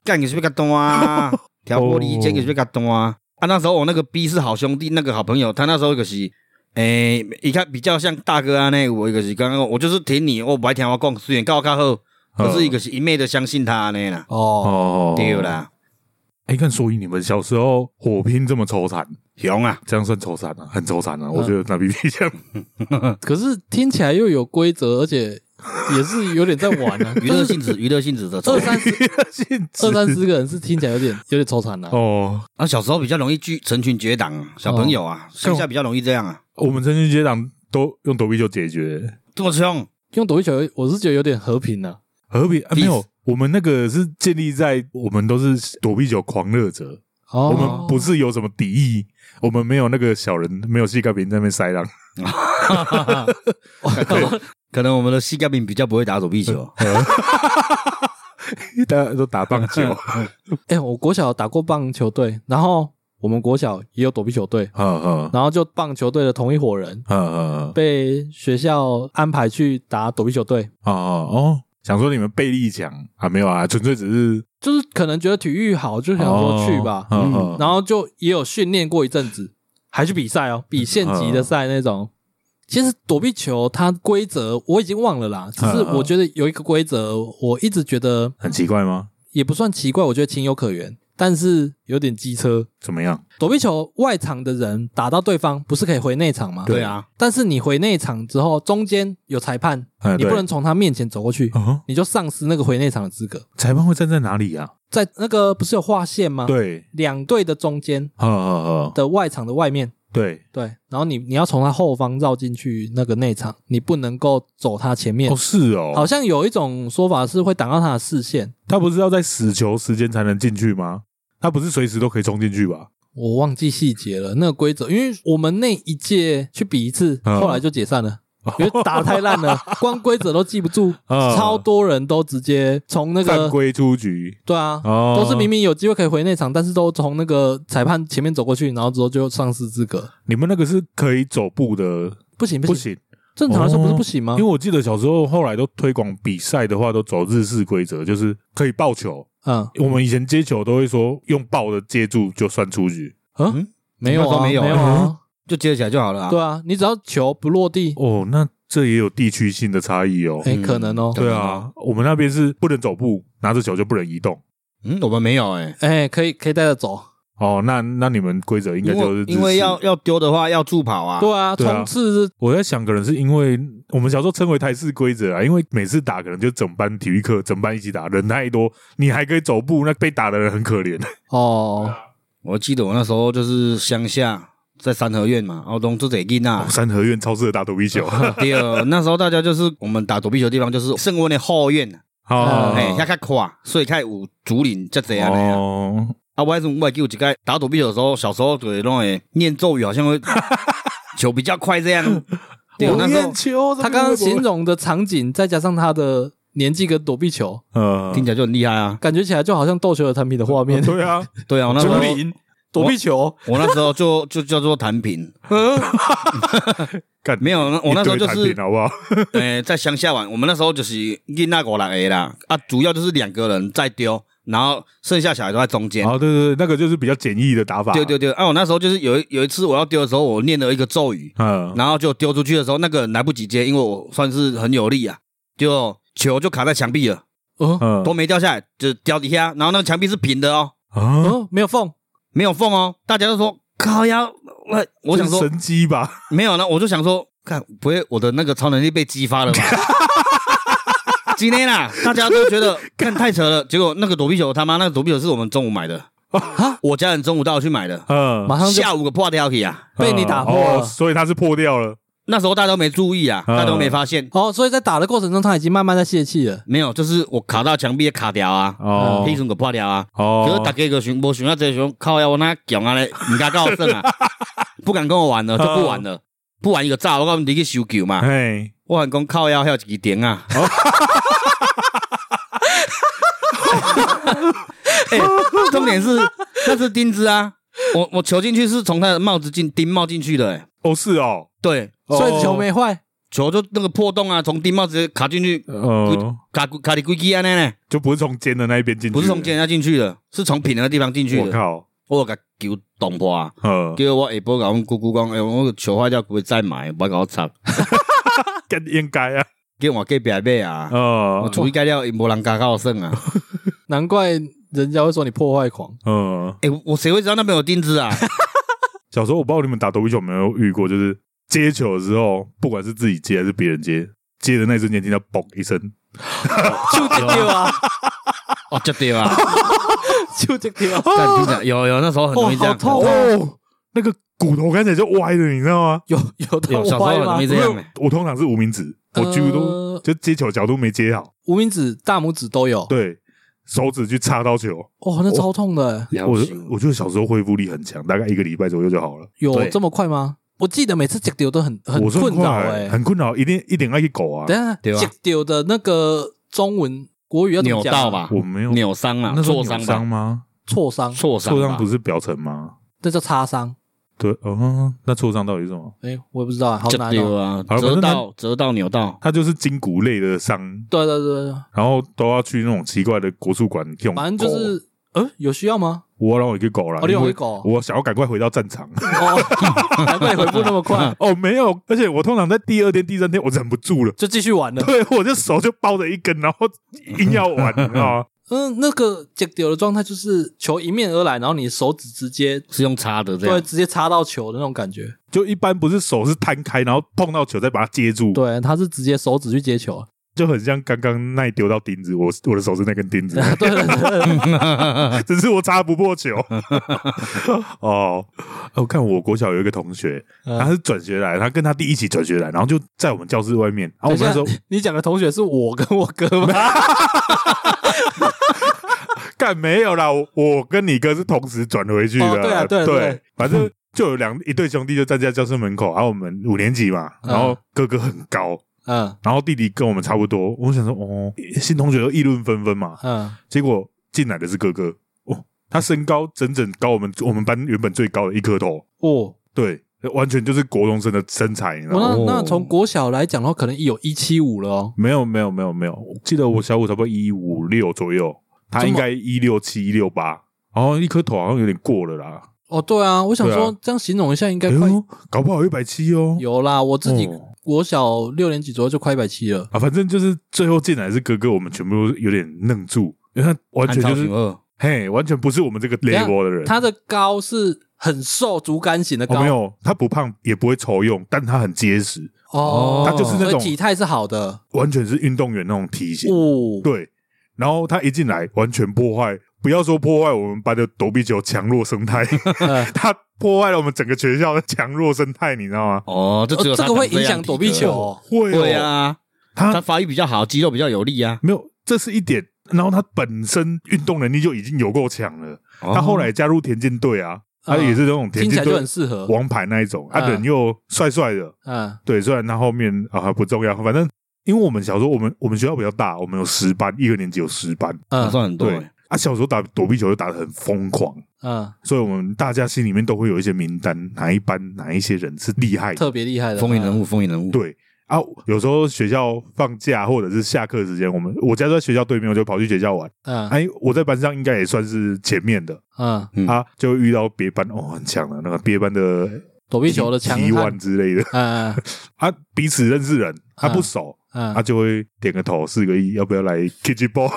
S3: 干你是不是个动啊？挑拨离间你是不是个动啊？啊，那时候我那个 B 是好兄弟，那个好朋友，他那时候就是，诶、一看比较像大哥啊，那我一个是刚刚我就是挺你，我不爱听我讲，虽然告告
S1: 嗯
S3: 后，可是一个是一昧的相信他那啦，
S1: 哦，
S2: 哦，
S3: 对。啦，
S2: 哎，看，所以你们小时候火拼这么抽惨，
S3: 熊啊，
S2: 这样算抽惨啊，很抽惨
S3: 嗯
S2: 啊！我觉得拿 B B 枪，
S1: 可是听起来又有规则，而且也是有点在玩啊，
S3: 娱
S1: 就
S3: 乐
S1: 是
S3: 性质，娱乐性质的抽
S1: 二。三十
S2: 现实
S1: 二三十个人是听起来有点有点抽惨了。
S2: 哦，
S3: 啊，小时候比较容易聚成群结党啊，小朋友啊，
S1: 哦
S3: 乡下比较容易这样啊，
S2: 我们曾经接档都用躲避球解决，
S3: 这么凶，
S1: 用躲避球，我是觉得有点和平了。
S2: 何必、啊、没有我们那个是建立在我们都是躲避球狂热者，
S1: 哦，
S2: 我们不是有什么敌意，我们没有那个小人，没有膝盖别人在那边塞浪，
S3: 可能我们的膝盖病比较不会打躲避 球，
S2: 大家都打棒球
S1: 哎、我国小打过棒球队，然后我们国小也有躲避球队，
S2: 啊啊
S1: 然后就棒球队的同一伙人
S2: 啊啊
S1: 被学校安排去打躲避球队，
S2: 啊哦！想说你们背力强啊，没有啊，纯粹只是
S1: 就是可能觉得体育好，就想说去吧，
S2: 哦
S1: 嗯
S2: 哦
S1: 然后就也有训练过一阵子，还去比赛哦，比县级的赛那
S2: 嗯
S1: 种。其实躲避球它规则我已经忘了啦，只是
S2: 嗯嗯
S1: 我觉得有一个规则，我一直觉得
S2: 很奇怪吗？
S1: 也不算奇怪，我觉得情有可原，但是有点机车。
S2: 怎么样？
S1: 躲避球外场的人打到对方，不是可以回内场吗？
S3: 对啊，
S1: 但是你回内场之后，中间有裁判，
S2: 哎，
S1: 你
S2: 对
S1: 不能从他面前走过去，
S2: 哦，
S1: 你就丧失那个回内场的资格。
S2: 裁判会站在哪里啊？
S1: 在那个不是有划线吗？，
S2: 对，
S1: 两队的中间
S2: 啊啊啊，
S1: 的外场的外面，
S2: 对，
S1: 对，然后你你要从他后方绕进去那个内场，你不能够走他前面
S2: 哦。是哦，
S1: 好像有一种说法是会挡到他的视线，
S2: 他不是要在死球时间才能进去吗？他不是随时都可以冲进去吧？
S1: 我忘记细节了那个规则，因为我们那一届去比一次，
S2: 嗯哦
S1: 后来就解散了。因为打得太烂 了，光规则都记不住，
S2: 嗯
S1: 超多人都直接从那
S2: 犯
S1: 个
S2: 规出局
S1: 对啊，
S2: 哦，
S1: 都是明明有机会可以回内场，但是都从那个裁判前面走过去，然后之后就丧失资格，
S2: 你们那个是可以走步的，
S1: 不行
S2: 不
S1: 不行，
S2: 行，哦
S1: 正常来说不是不行吗
S2: 因为？我记得小时候后来都推广比赛的话，都走日式规则，就是可以抱球。
S1: 嗯，
S2: 我们以前接球都会说用抱的接住就算出局
S1: 没有
S3: 那时
S1: 啊，
S3: 候没有
S1: 有啊，
S3: 就接起来就好了啊。
S1: 对啊，你只要球不落地，
S2: 哦，那这也有地区性的差异哦。
S1: 哎，
S3: 嗯
S1: 可能哦，
S2: 对啊，我们那边是不能走步，拿着球就不能移动。
S3: 嗯，我们没有哎、
S1: 哎，可以可以带着走，哦，
S2: 哦，那那你们规则应该
S3: 因
S2: 就是
S3: 为
S2: 日式
S3: 因为要要丢的话要助跑啊。
S1: 对啊，
S2: 对啊
S1: 冲刺是
S2: 我在想，可能是因为我们小时候称为台式规则啊，因为每次打可能就整班体育课，整班一起打，人太多，你还可以走步，那被打的人很可怜。
S1: 哦，
S3: 我记得我那时候就是乡下，在三合院嘛，奥东做贼囡啊
S2: 哦、。三合院超适合打躲避球，好
S3: 对，那时候大家就是我们打躲避球的地方就是圣温的后院，
S2: 好
S1: 哦
S2: 好
S3: 哎、遐较宽，所以较有竹林遮济安尼
S2: 哦
S3: 啊。
S2: 哦，
S3: 啊，我还是我还记得有一个打躲避球的时候，小时候对拢会念咒语，好像会 球比较快这样。对，啊我那时
S1: 哦
S3: 候
S2: 球
S1: 他刚刚形容的场景，再加上他的年纪跟躲避球，
S2: 呃
S3: 听起来就很厉害啊。
S1: 感觉起来就好像斗球的产品的画 面，
S2: 对啊，
S3: 对啊， 我那时 候
S1: 竹林躲避球，
S3: 我那时候就就叫做弹屏，
S2: 干
S3: 没有，那我那时候就
S2: 一堆弹
S3: 是
S2: 片 好不好？
S3: 诶、在乡下玩，我们那时候就是囡仔五六个啦，啊，主要就是两个人在丢，然后剩下小孩都在中间。
S2: 哦，对对对，那个就是比较简易的打法，
S3: 对对，对，啊，我那时候就是有一有一次我要丢的时候，我念了一个咒语，
S2: 嗯，
S3: 然后就丢出去的时候，那个人来不及接，因为我算是很有力啊，就球就卡在墙壁了，
S1: 哦
S2: 嗯
S3: 都没掉下来，就掉底下，然后那个墙壁是平的哦，
S2: 啊，
S1: 哦，没有缝，
S3: 没有缝哦，大家都说靠呀，我 我想说
S2: 这是神机 吧，
S3: 没有呢，我就想说，看不会我的那个超能力被激发了吧？今天啦，大家都觉得看太扯了。结果那个躲避球他妈那个躲避球是我们中午买的，我家人中午带我去买的，
S2: 嗯，
S1: 马啊上就
S3: 下午个破掉去啊！
S1: 被你打破
S2: 哦
S1: 了。
S2: 所以它是破掉了，
S3: 那时候大家都没注意啊，
S2: 嗯
S3: 大家都没发现。
S1: 哦，所以在打的过程中，他已经慢慢在泄气了。
S3: 没有，就是我卡到墙壁也卡掉啊，
S2: 哦
S3: 黑熊个破掉啊。
S2: 哦，
S3: 可是大家个熊，我熊啊，这熊靠呀，我那强啊嘞，唔敢跟我胜啊，不敢跟我玩了，就不玩了，不玩一个炸，我讲你去收球嘛。
S2: 哎，
S3: 我喊讲靠腰还有一支点啊！哎、重点是那是钉子啊！我我球进去是从他的帽子进钉帽进去的、欸，
S2: 哦是哦，
S3: 对，
S2: 哦
S1: 所以球没坏，
S3: 球就那个破洞啊，从钉帽直接卡进去，
S2: 呃，
S3: 卡卡里龟基安呢，
S2: 就不是从尖的那一边进去，
S3: 不是从，尖下进去的，是从平的地方进去
S2: 我
S3: 的。
S2: 靠，
S3: 我甲球捅破啊！
S2: 呃，
S3: 结果我下晡甲阮姑姑讲，哎、我的球坏掉，可不可以再买？不要甲我插，
S2: 跟应该啊，
S3: 叫我隔壁买啊！我
S2: 呃
S3: 注意改了，伊无人敢甲我算啊！
S1: 难怪人家会说你破坏狂。
S2: 呃，
S3: 哎、我谁会知道那边有钉子啊？
S2: 小时候我不知道你们打躲避球有没有遇过，就是接球的时候，不管是自己接还是别人接，接的那一瞬间听到嘣一声，
S1: 就这丢啊，
S3: 哦，就对吧？
S1: 就这丢啊！
S2: 哦
S3: 干听起来有有，那时候很容易这样。
S1: 哦好痛
S2: 那个骨头刚才就歪的，你知道吗？
S1: 有有
S3: 有
S1: 到
S3: 小时
S1: 歪
S3: 候
S1: 吗
S3: 很容易？这样欸
S2: 我通常是无名指，我几乎都
S1: 呃
S2: 就接球角度没接好，
S1: 无名指、大拇指都有。
S2: 对哦手指去插到球。
S1: 哇，那超痛的，
S2: 我我觉得小时候恢复力很强，大概一个礼拜左右就好了。
S1: 有
S3: 对
S1: 这么快吗？我记得每次夹丢都很很
S2: 我算
S1: 困扰
S2: 快
S1: 哎。
S2: 很困扰，一定一定爱去狗啊。
S1: 等一下
S3: 对吧
S1: 夹丢的那个中文国语要怎
S3: 扭
S1: 么讲啊？
S3: 到吧，
S2: 我没有
S3: 扭伤啊，
S2: 那时候
S3: 挫
S2: 扭
S3: 伤
S2: 伤
S3: 吧，
S2: 吗？
S1: 挫伤，
S3: 挫伤吧，
S2: 挫伤不是表层吗？
S1: 那叫擦伤。
S2: 对，嗯，那挫伤到底是什么？
S1: 哎，我也不知道，好
S3: 就
S1: 难
S3: 丢
S1: 哦。
S3: 啊，
S2: 好反
S3: 折
S2: 正他
S3: 到折到扭到，
S2: 它就是筋骨类的伤，
S1: 对对对对，
S2: 然后都要去那种奇怪的国术馆用。
S1: 反正就是，呃，有需要吗？
S2: 我让我一个狗啦，
S1: 哦，你有
S2: 因为
S1: 一狗，
S2: 我想要赶快回到战场。
S1: 哦， 难怪你回复那么
S3: 嗯
S1: 快，
S2: 哦，没有，而且我通常在第二天、第三天我忍不住了，
S1: 就继续玩了。
S2: 对我就手就包着一根，然后硬要玩，你知 道吗？
S1: 嗯，那个接丢的状态就是球迎面而来，然后你手指直接
S3: 是用擦的这
S1: 对
S3: 样，
S1: 直接插到球的那种感觉。
S2: 就一般不是手是摊开，然后碰到球再把它接住，
S1: 对，他是直接手指去接球。
S2: 就很像刚刚那丢到钉子，我我的手是那根钉子，
S1: 对对对，
S2: 只是我插不 破球。哦，我看我国小有一个同学，
S1: 嗯
S2: 他是转学来，他跟他弟一起转学来，然后就在我们教室外面，啊然后我们那时候
S1: 等一下你讲的同学是我跟我哥吗？
S2: 干没有啦，我我跟你哥是同时转回去的，
S1: 哦对啊对啊对啊
S2: 反正就有两一对兄弟就站在教室门口，然后我们五年级嘛，
S1: 嗯
S2: 然后哥哥很高，
S1: 嗯
S2: 然后弟弟跟我们差不多，我想说哦，新同学都议论纷纷嘛，
S1: 嗯，
S2: 结果进来的是哥哥，哦，他身高整整高我们我们班原本最高的一颗头，
S1: 哦，
S2: 对，完全就是国中生的身材，你知道
S1: 我
S2: 吗？
S1: 那那从国小来讲的话，可能有一七五了哦。
S2: 没有没有没有没有，我记得我小五差不多一五六左右，他
S1: 这么
S2: 应该一六七一六八，然后一颗头好像有点过了啦。
S1: 哦，对啊，我想
S2: 对
S1: 说这样形容一下应该
S2: 哎
S1: 快
S2: 呦，搞不好一百七哦。
S1: 有啦，我自己
S2: 哦
S1: 国小六年级左右就快一百七了。
S2: 啊，反正就是最后进来是哥哥，我们全部都有点愣住，因为他完全就
S3: 按
S2: 是
S3: 照二，
S2: 嘿，完全不是我们这个
S1: 下
S2: level 的人。
S1: 哦他的高是很瘦竹竿型的
S2: 哦
S1: 高，
S2: 没有，他不胖也不会丑用，但他很结实，
S1: 哦
S2: 他就是那
S1: 所
S2: 种
S1: 以体态是好的。
S2: 完全是运动员那种体型。
S1: 哦，
S2: 对，然后他一进来完全破坏，不要说破坏我们班的躲避球强弱生 态，
S1: 嗯
S2: 他破坏了我们整个学校的强弱生态，你知道吗？
S3: 哦，就只有
S1: 哦这
S3: 他
S1: 个会
S3: 长这
S1: 影
S3: 样
S1: 响
S3: 体
S1: 躲避
S3: 格
S1: 球，哦。
S2: 会、哦，
S3: 对，啊，他
S2: 他
S3: 发育比较好，肌肉比较有力啊。
S2: 没有，这是一点。然后他本身运动能力就已经有够强了，
S3: 哦
S2: 他后来加入田径队啊，他
S1: 嗯
S2: 也是那种田
S1: 哦听起
S2: 径
S1: 来就
S2: 队
S1: 很适合。
S2: 王牌那一种，啊，
S1: 嗯
S2: 人又帅帅的，
S1: 嗯
S2: 对，虽然他后面啊不重要，反正因为我们小时候我们我们学校比较大，我们有十班，一个年级有十班，
S3: 哦
S1: 嗯
S3: 算很多欸，
S2: 对啊，小时候打躲避球就打得很疯狂，
S1: 嗯，
S2: 所以我们大家心里面都会有一些名单，哪一班哪一些人是厉害的，
S1: 特别厉害的嗯
S3: 风云人
S1: 物。
S3: 物，风云人物。
S2: 对。啊，有时候学校放假或者是下课时间，我们我家就在学校对面，我就跑去学校玩。
S1: 嗯
S2: 哎，我在班上应该也算是前面的，
S1: 嗯，
S3: 嗯
S2: 啊，就遇到别班哦，很强的那个别班的
S1: 躲避球的强
S2: 提
S1: 悍
S2: 腕。之类的
S1: 嗯
S2: 啊，彼此认识人，他
S1: 嗯
S2: 不熟，
S1: 嗯
S2: 他
S1: 嗯
S2: 就会点个头，四个亿，要不要来 kitty ball？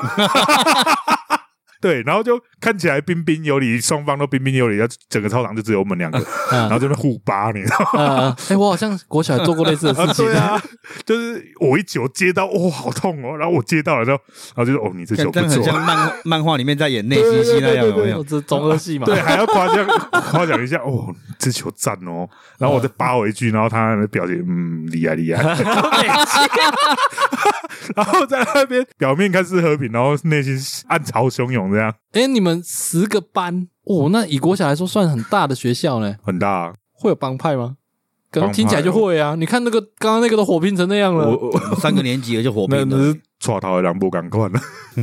S2: 对，然后就看起来彬彬有礼，双方都彬彬有礼，要整个操场就只有我们两个，然后
S1: 嗯
S2: 这边互扒，你知道吗？
S1: 嗯。哎，我好像国小也做过类似的
S2: 啊，
S1: 事情
S2: 对。啊，就是我一球接到，哦，好痛哦，然后我接到了之后，然后就说哦，你这球
S3: 看
S2: 不
S3: 真的很
S2: 错，
S3: 像漫漫画里面在演内西西那样，有没有？
S1: 这中二 系嘛。
S2: 对，还要夸奖夸奖一下哦，这球赞哦，然后我再扒回去，然后他的表情嗯厉害 厉害，然后在那边表面看似和平，然后内心暗潮汹涌，这样
S1: 哎，你们十个班，哦，那以国小来说算很大的学校呢，
S2: 很大啊、
S1: 会有帮派吗？可
S2: 帮
S1: 能
S2: 派
S1: 听起来就会啊。你看那个刚刚那个都火拼成那样了。
S2: 我我
S3: 三个年级的就火
S2: 嗯 那
S3: 拼
S2: 那
S3: 了
S2: 是。耍头的狼不赶 快了。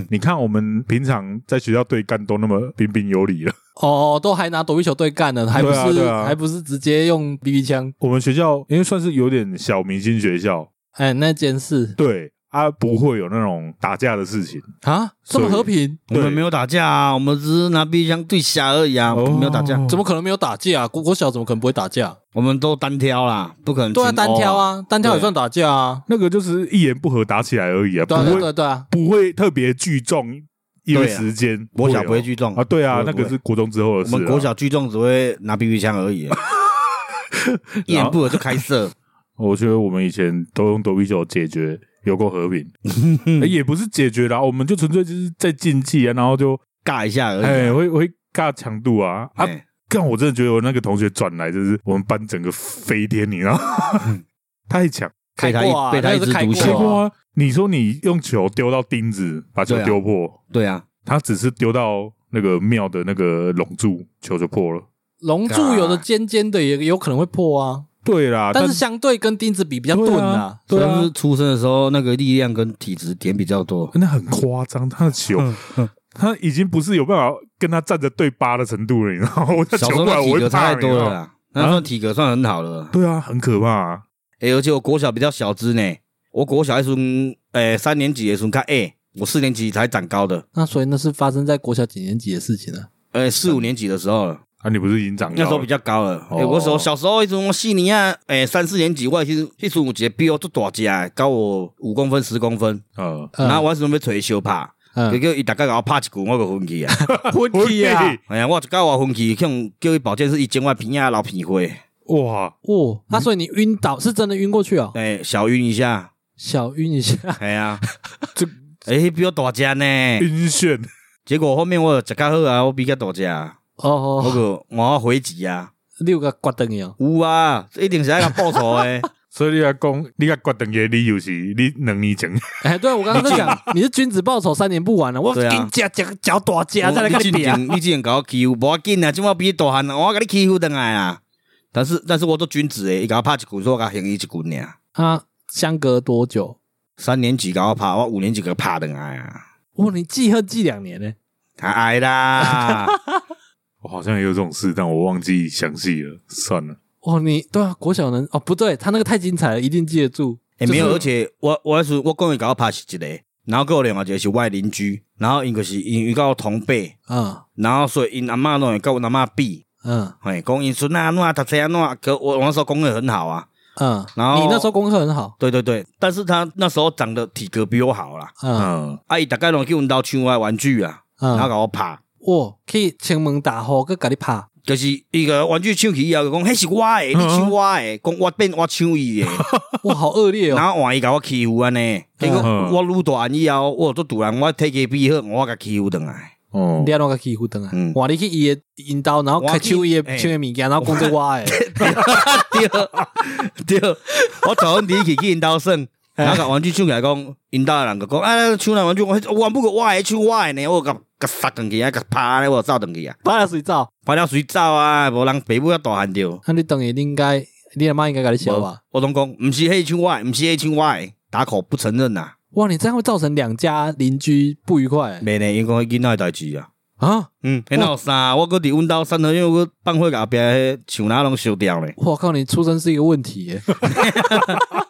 S2: 你看我们平常在学校对干都那么彬彬有礼了，
S1: 哦，都还拿躲避球对干呢，还不
S2: 对啊对
S1: 是
S2: 啊
S1: 还不是直接用 BB 枪？
S2: 我们学校因为算是有点小明星学校，
S1: 哎，那件事
S2: 对啊，不会有那种打架的事情。
S1: 啊，这么
S2: 所以
S1: 和平，
S3: 我们
S2: 对
S3: 没有打架啊，我们只是拿 B 枪对侠而已啊，
S2: 哦
S3: 我们没有打架，
S1: 怎么可能没有打架、啊？国国小怎么可能不会打架？
S3: 我们都单挑啦，不可能哦
S1: 对啊，
S3: 群殴
S1: 单挑，啊，单挑也算打架啊。
S2: 那个就是一言不合打起来而已啊，不
S1: 对啊，对啊对
S2: 会
S1: 啊对啊，
S2: 不会特别聚众，因为时间
S3: 啊国小不会
S2: 有
S3: 聚众
S2: 啊，对啊，
S3: 不
S2: 那
S3: 会不会
S2: 个是国中之后的
S3: 我
S2: 事啊。
S3: 们国小聚众只会拿 BB 枪
S2: 啊
S3: 而已，一言不合就 开射，
S2: 哦我觉得我们以前都用躲避球解决，有够和平，
S3: 嗯
S2: 欸也不是解决啦，我们就纯粹就是在竞技啊，然后就
S3: 尬一下而已
S2: 哎
S3: 啊。
S2: 会会尬强度啊啊，
S3: 哎
S2: 干，我真的觉得我那个同学转来，就是我们班整个飞天，你知道吗，
S3: 嗯
S2: 太强。
S3: 被他
S1: 开过啊
S3: 一被他
S1: 那
S3: 一
S1: 个
S3: 枝
S1: 是开
S3: 独
S1: 过啊
S2: 结
S3: 秀
S1: 开
S2: 果、啊、你说你用球丢到钉子，把球
S3: 对啊
S2: 丢破，
S3: 对啊，
S2: 他只是丢到那个庙的那个龙柱，球就破了。
S1: 龙柱有的
S3: 啊
S1: 尖尖的也有可能会破啊，
S2: 对啦，
S1: 但是相对跟钉子比比较钝
S2: 对
S1: 啊
S2: 啊。对
S3: 但
S2: 啊
S3: 是，出生的时候那个力量跟体质点比较多。
S2: 那很夸张，他的球
S3: 嗯嗯，
S2: 他已经不是有办法跟他站着对扒的程度了，你知道吗？ 我那
S3: 小
S2: 球
S3: 时候
S2: 过来
S3: 那体
S2: 我
S3: 格
S2: 会
S3: 差
S2: 怕，
S3: 太多了
S2: 你知道
S3: 啊
S2: 吗。
S3: 啦，那算体格算很好了啦。
S2: 对啊，很可怕、啊。
S3: 诶，而且我国小比较小只呢，我国小的时候，诶，三年级的时候看，诶，我四年级才长高的，
S1: 那所以那是发生在国小几年级的事情啊？
S3: 诶，哎四五年级的时候了，
S2: 啊，你不是已经长
S3: 那时
S2: 高
S3: 候
S2: 了
S3: 比？较高了。
S2: 哦
S3: 诶，我那时候小时候一种四年啊，诶，三四年级我其实迄时候有一个比我做大只的，高我五公分十公分，
S2: 呃，
S1: 嗯
S3: 然后我那时候要找伊相拍，结
S1: 嗯，
S3: 果伊大概给我拍一拳，我就昏 去啊。
S1: 昏体啊！
S3: 哎呀，我一到我昏去，去用叫伊保健室伊整我鼻啊流鼻血，
S2: 哇，
S1: 哦，那所以你晕倒是真的晕过去哦，
S3: 诶，哎小晕一下，
S1: 小晕一下。
S3: 哎呀，
S2: 这
S3: 诶，比我大只呢。
S2: 晕眩，
S3: 结果后面我有食较好啊，我比较大只啊，我
S1: 哦，
S3: 个我回击啊，
S1: 六个刮灯样。
S3: 有啊，一定是爱甲报仇 诶。
S2: 所以你要讲，你要决定的理由是你两年前，
S1: 哎，对我刚刚在讲，你是君子报仇三年不晚了，我
S3: 对啊
S1: 跟脚脚脚大家再来
S3: 我
S1: 跟你
S3: 哦你之
S1: 比啊。
S3: 前你之前甲我欺负，无要紧啊，即我比你大汉啊，我甲你欺负等来啊。但是但是我做君子诶，伊甲我拍一拳，所以我甲行伊一拳尔。
S1: 啊，相隔多久？
S3: 三年级甲我拍，我五年级甲拍等来啊，
S1: 哇，你记恨记两年呢、
S3: 太矮 啦。
S2: 我好像也有这种事，但我忘记详细了，算了。
S1: 哇，你对啊，国小能哦，不对，他那个太精彩了，一定记得住。
S3: 诶、
S1: 就是
S3: 哎没有，而且我我是我讲伊甲我拍是一个，然后还有另外一个是我的邻居，然后因就是因为甲我同辈，
S1: 嗯
S3: 然后所以因阿嬷拢会甲阮阿嬷比。
S1: 嗯
S3: 嘿，讲因孙啊，那读册啊，那可我我那时候功课很好啊，
S1: 嗯，
S3: 然后
S1: 你那时候功课很好，
S3: 对对对，但是他那时候长得体格比我好啦，
S1: 嗯
S2: 嗯，
S3: 啊，伊大概拢去阮兜抢我的玩具啊，然后
S1: 嗯，
S3: 甲我拍，
S1: 哇，去前门打呼，佮甲你 拍，
S3: 就是伊个玩具抢去以后，就讲迄是我的，你抢我的，讲我变我抢伊的，
S1: 哇，好恶劣哦。
S3: 然后换伊甲我欺负安尼，结果
S2: 嗯
S3: 我愈大汉以后，我做突然我体格比好，我甲欺负倒来，
S2: 哦
S1: 你，要弄个欺负灯啊
S3: 嗯！
S1: 哇，你去伊的引导，然后开手伊的
S3: 我去
S1: 手的物件，然后讲这我的，
S3: 对对，我早昏第一去去因兜耍。然后甲玩具抢起来讲，因兜的人就讲，啊，抢来玩具，我我不过我的抢我的呢，我甲甲杀转去啊，甲拍咧，我就走转去啊，
S1: 把那水照，
S3: 拍了谁走啊？无人爸母要大汉着，
S1: 那你等于你应该，你阿妈应该甲你笑吧？
S3: 我拢讲，毋是迄抢我的，毋是迄抢我的，打口不承啊认呐，
S1: 哇，你这样会造成两家邻居不愉快
S3: 袂呢，因讲迄囡仔的代志啊。
S1: 啊！
S3: 嗯，迄哪有啥？我搁伫阮兜三合院，我搁放火甲后壁迄树篮拢烧掉咧。
S1: 我靠，你出生是一个问题 耶！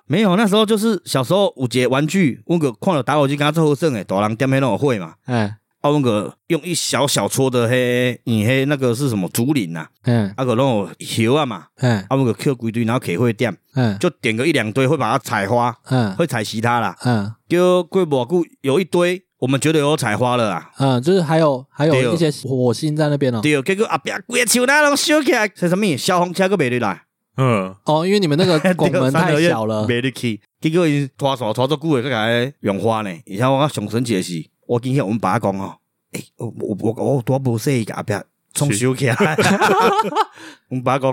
S3: 没有，那时候就是小时候有一个玩具，阮个看着打火机，敢做好耍诶，大人踮迄拢有火嘛。
S1: 哎
S3: 啊，阮个用一小小撮的迄，你迄那个是什么竹林呐、
S1: 嗯
S3: 啊？啊个拢有叶啊嘛，
S1: 嗯
S3: 啊阮个捡规堆，然后起火点，
S1: 嗯
S3: 就点个一两堆，会把它采花，
S1: 嗯
S3: 会采其他啦。
S1: 嗯
S3: 就过无久有一堆，我们觉得有采花了啊。
S1: 嗯，就是还有还
S3: 对
S1: 有
S3: 哦
S1: 一些火星在那边哦。
S3: 对，结果后壁规个树那拢烧起来，是什么？消防车佫袂入 来，
S2: 嗯，
S1: 哦，因为你们那 个拱门太小了，
S3: 袂入去。结果伊拖线拖足久诶，佮来融化呢。而且我上神奇的是，我今天我们爸讲吼，诶、我我我我多无说伊后壁 冲烧起来。 我们爸讲，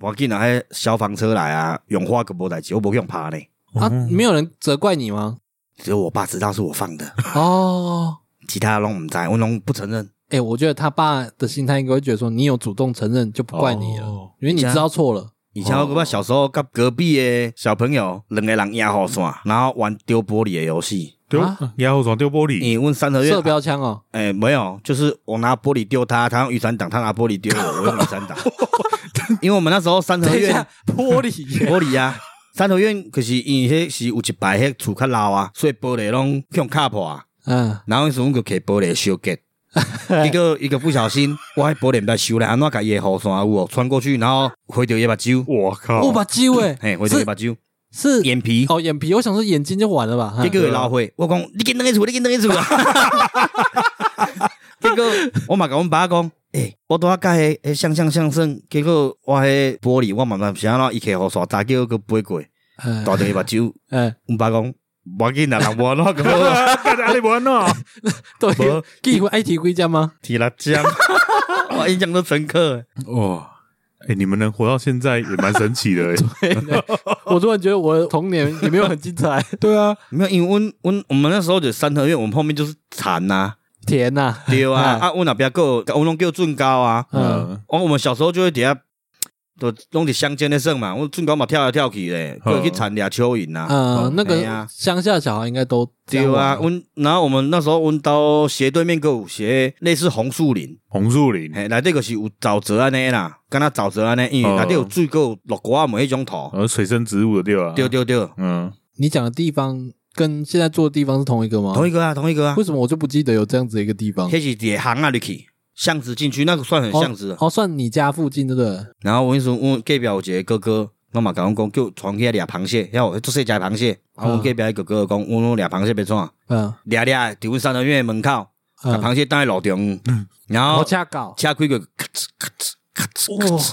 S3: 无要紧啊，迄消防车来啊，融化个无代志，我无用拍呢。
S1: 啊，
S2: 嗯
S1: 没有人责怪你 吗？
S3: 只有我爸知道是我放的，
S1: 哦，
S3: 其他的拢毋知，我拢不承认。
S1: 哎，我觉得他爸的心态应该会觉得说，你有主动承认就不怪你了，
S2: 哦
S1: 因为你知道错了。
S3: 以前我
S1: 哦
S3: 捌小时候甲隔壁的小朋友两个人压雨伞，然后玩丢玻璃的游戏。
S2: 丢
S1: 啊
S2: 然后床丢玻璃，
S3: 你问三合
S1: 射
S3: 院？
S1: 标枪哦，
S3: 哎、没有，就是我拿玻璃丢他，他用雨伞挡，他拿玻璃 丢我，我用雨伞挡。因为我们那时候三合
S1: 等一
S3: 院
S1: 下，玻璃耶，
S3: 玻璃啊，三合院可是因为迄是有一排迄厝较老啊，所以玻璃拢用卡破啊。
S1: 嗯，
S3: 然后迄时阵就摕玻璃修 结，一个一个不小心，我迄玻璃毋知修咧，安怎甲伊诶雨伞有无穿过去，然后毁着伊目睭，
S2: 我靠，
S1: 我把机位
S3: 嘿，毁着伊目
S1: 是
S3: 睭，
S1: 是
S3: 哦哎眼皮。
S1: 哦眼皮，我想说眼睛就完了吧，
S3: 结果会老火，我讲你跟等一厝，你跟等一厝啊！ 结果我嘛甲阮爸讲，诶、我拄啊甲迄迄相相相算，结果我迄玻璃我慢慢是安怎伊起雨伞砸叫个飞过，
S1: 嗯
S3: 大着伊目睭，
S1: 嗯，
S3: 阮爸讲。无要紧啦，人无安怎个，
S2: 啊，干啥你不弄？
S1: 对
S3: 无，
S1: 给会爱提归家吗？
S3: 提辣椒，哇，印象都深刻。
S2: 哇，哎，你们能活到现在也蛮神奇的、欸。
S1: 我突然觉得我的童年也没有很精 彩，
S2: 对啊，
S3: 没有，因为温温我们那时候就三合院，我们后面就是田呐、
S1: 甜呐、
S3: 啊，对啊，啊，温那边够，我拢叫准高啊。
S1: 嗯，
S2: 呃
S3: 哦，我们小时候就会底下，都拢伫乡间的耍嘛，我准高嘛跳来跳去嘞，
S2: 嗯
S3: 过去田俩蚯蚓呐、啊。
S1: 呃，那
S3: 哎
S1: 个
S3: 呀
S1: 乡下小孩应该都这样
S3: 对啊，
S1: 玩
S3: 温，然后我们那时候温到斜对面还有斜类似红树林，
S2: 红树林，
S3: 嘿，内底就是有沼泽安尼啦，敢若沼泽安尼，因为
S2: 哦
S3: 内底有水，还有绿瓜梅迄种土，
S1: 哦
S2: 然后水生植物的对吧？
S3: 对，对对，
S2: 嗯，
S1: 你讲的地方跟现在住的地方是同一个吗？
S3: 同一个啊，同一个啊
S1: 为，什么我就不记得有这样子的一个地方？
S3: 迄是伫巷啊入去，巷子进去那个算很巷子。啊
S1: 哦，算你家附近对不对？
S3: 然后我跟你说，我隔壁有一个哥哥，我嘛甲阮讲叫传去掠螃蟹，遐有做细只螃蟹，啊，阮
S1: 嗯
S3: 隔壁迄个哥哥讲，阮拢掠螃蟹要啊创，
S1: 嗯
S3: 掠掠伫阮三合院的门口，甲
S1: 嗯，
S3: 螃蟹当在路中，然
S1: 我
S3: 后
S1: 恰搞，
S3: 车开个咔哧咔哧咔哧
S1: 哦
S3: 咔哧，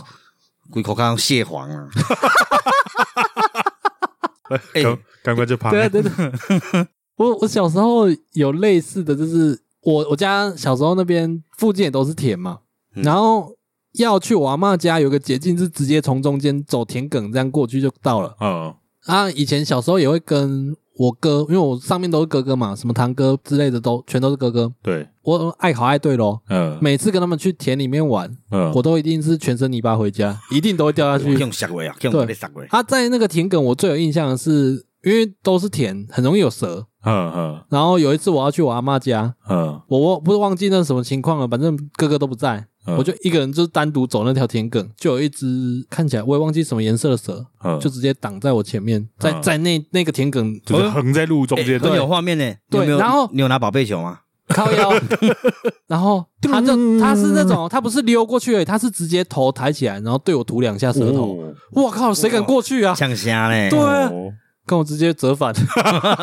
S3: 规口腔蟹黄啊，哎
S2: 赶赶快就爬。
S1: 对啊对对， 我我小时候有类似的，就是我我家小时候那边附近也都是田嘛，
S3: 嗯
S1: 然后要去我阿嬷家有个捷径是直接从中间走田埂这样过去就到了
S2: 嗯，
S1: 啊。以前小时候也会跟我哥，因为我上面都是哥哥嘛，什么堂哥之类的都全都是哥哥，
S2: 对，
S1: 我爱好爱对咯。
S2: 嗯，
S1: 每次跟他们去田里面玩，
S2: 嗯，
S1: 我都一定是全身泥巴回家，一定都会掉下去。
S3: 用杀过啊，用你杀过。
S1: 他在那个田埂，我最有印象的是，因为都是田，很容易有蛇。
S2: 嗯嗯
S1: 然后有一次我要去我阿妈家，
S2: 嗯
S1: 我忘不是忘记那是什么情况了，反正哥哥都不在，
S2: 嗯，
S1: 我就一个人就是单独走那条田埂，就有一只看起来我也忘记什么颜色的蛇，
S2: 嗯
S1: 就直接挡在我前面，在
S2: 嗯
S1: 在那那个田埂
S2: 就是横在路中间
S3: 欸
S2: 的
S3: 很有画面呢。你有
S1: 对
S3: 没有
S1: 然后
S3: 你有拿宝贝啊球吗？
S1: 靠 腰，然后他就他是那种他不是溜过去而已，他是直接头抬起来，然后对我吐两下舌头，
S2: 哦
S1: 我靠，谁敢过去啊？
S3: 呛虾嘞。
S1: 对啊
S2: 哦
S1: 跟我直接折 返，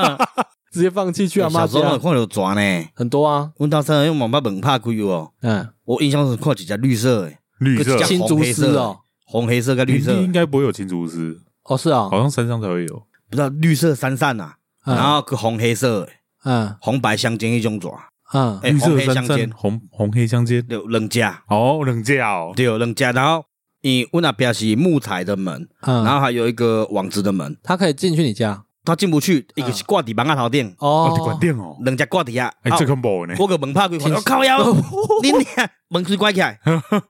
S1: 直接放弃去阿
S3: 小
S1: 妈
S3: 时候有
S1: 家，
S3: 看到蛇呢，
S1: 很多啊，
S3: 阮到三用网吧门拍开哦。
S1: 嗯，
S3: 我印象是看一只绿色的，
S2: 绿色
S3: 这样
S1: 青竹丝哦，
S3: 红黑色跟绿色
S2: 林地，应该不会有青竹丝，
S1: 哦是啊，
S2: 好像山上才会有。
S3: 不知道绿色闪闪呐，
S1: 嗯
S3: 然后跟红黑色的，
S1: 嗯
S3: 红白相间一种蛇，
S1: 嗯
S3: 哎，
S2: 绿
S3: 红
S2: 色
S3: 黑
S2: 山
S3: 相
S2: 山
S3: 间，
S2: 红红黑相间，
S3: 有两只，
S2: 哦，冷架哦，
S3: 对，两只。然后因为阮那边是木材的门，然
S1: 嗯，
S3: 后还有一个网子的门，
S1: 他可以进去你家
S3: 他进不去，
S1: 嗯
S3: 一个是挂伫房啊头顶，
S2: 哦，这管
S1: 哦，
S2: 电哦，
S3: 两只挂伫遐。
S2: 哎
S3: 啊，
S2: 这 combo 呢？
S3: 我个门拍开，我哦靠 呀！你俩门是关起来，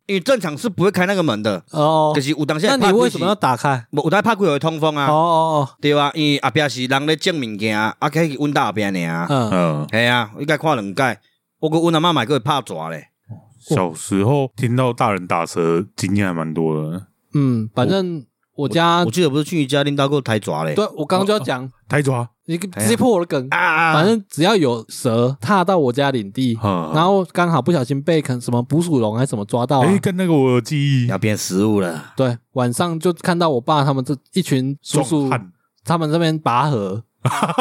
S3: 因为正常是不会开那个门的，
S1: 哦
S3: 就，是有当时
S1: 那你为什么要打开？
S3: 无有当拍开会通风
S1: 哦
S3: 啊，
S1: 哦
S3: 对啊，因为后壁是人咧种物件，啊，可以阮兜后壁尔，
S1: 哦，嗯，
S2: 嗯，
S3: 系啊，我一概看两届，我跟阮阿嬷买过拍蛇咧，
S2: 小时候听到大人打蛇，经验还蛮多的。
S1: 嗯，反正我家
S3: 我记得不是去你家拎到过台蛇咧，
S1: 啊对我刚刚就要讲，
S2: 抬抓，
S1: 你直接破我的梗，
S3: 哦啊，哦
S1: 反正只要有蛇踏到我家领地，
S2: 嗯
S1: 然后刚好不小心被啃什么捕鼠笼还是什么抓到啊，
S2: 哎，跟那个我有记忆
S3: 要，变食物了，
S1: 对，晚上就看到我爸他们这一群叔
S2: 壮
S1: 叔
S2: 汉
S1: 他们这边拔河，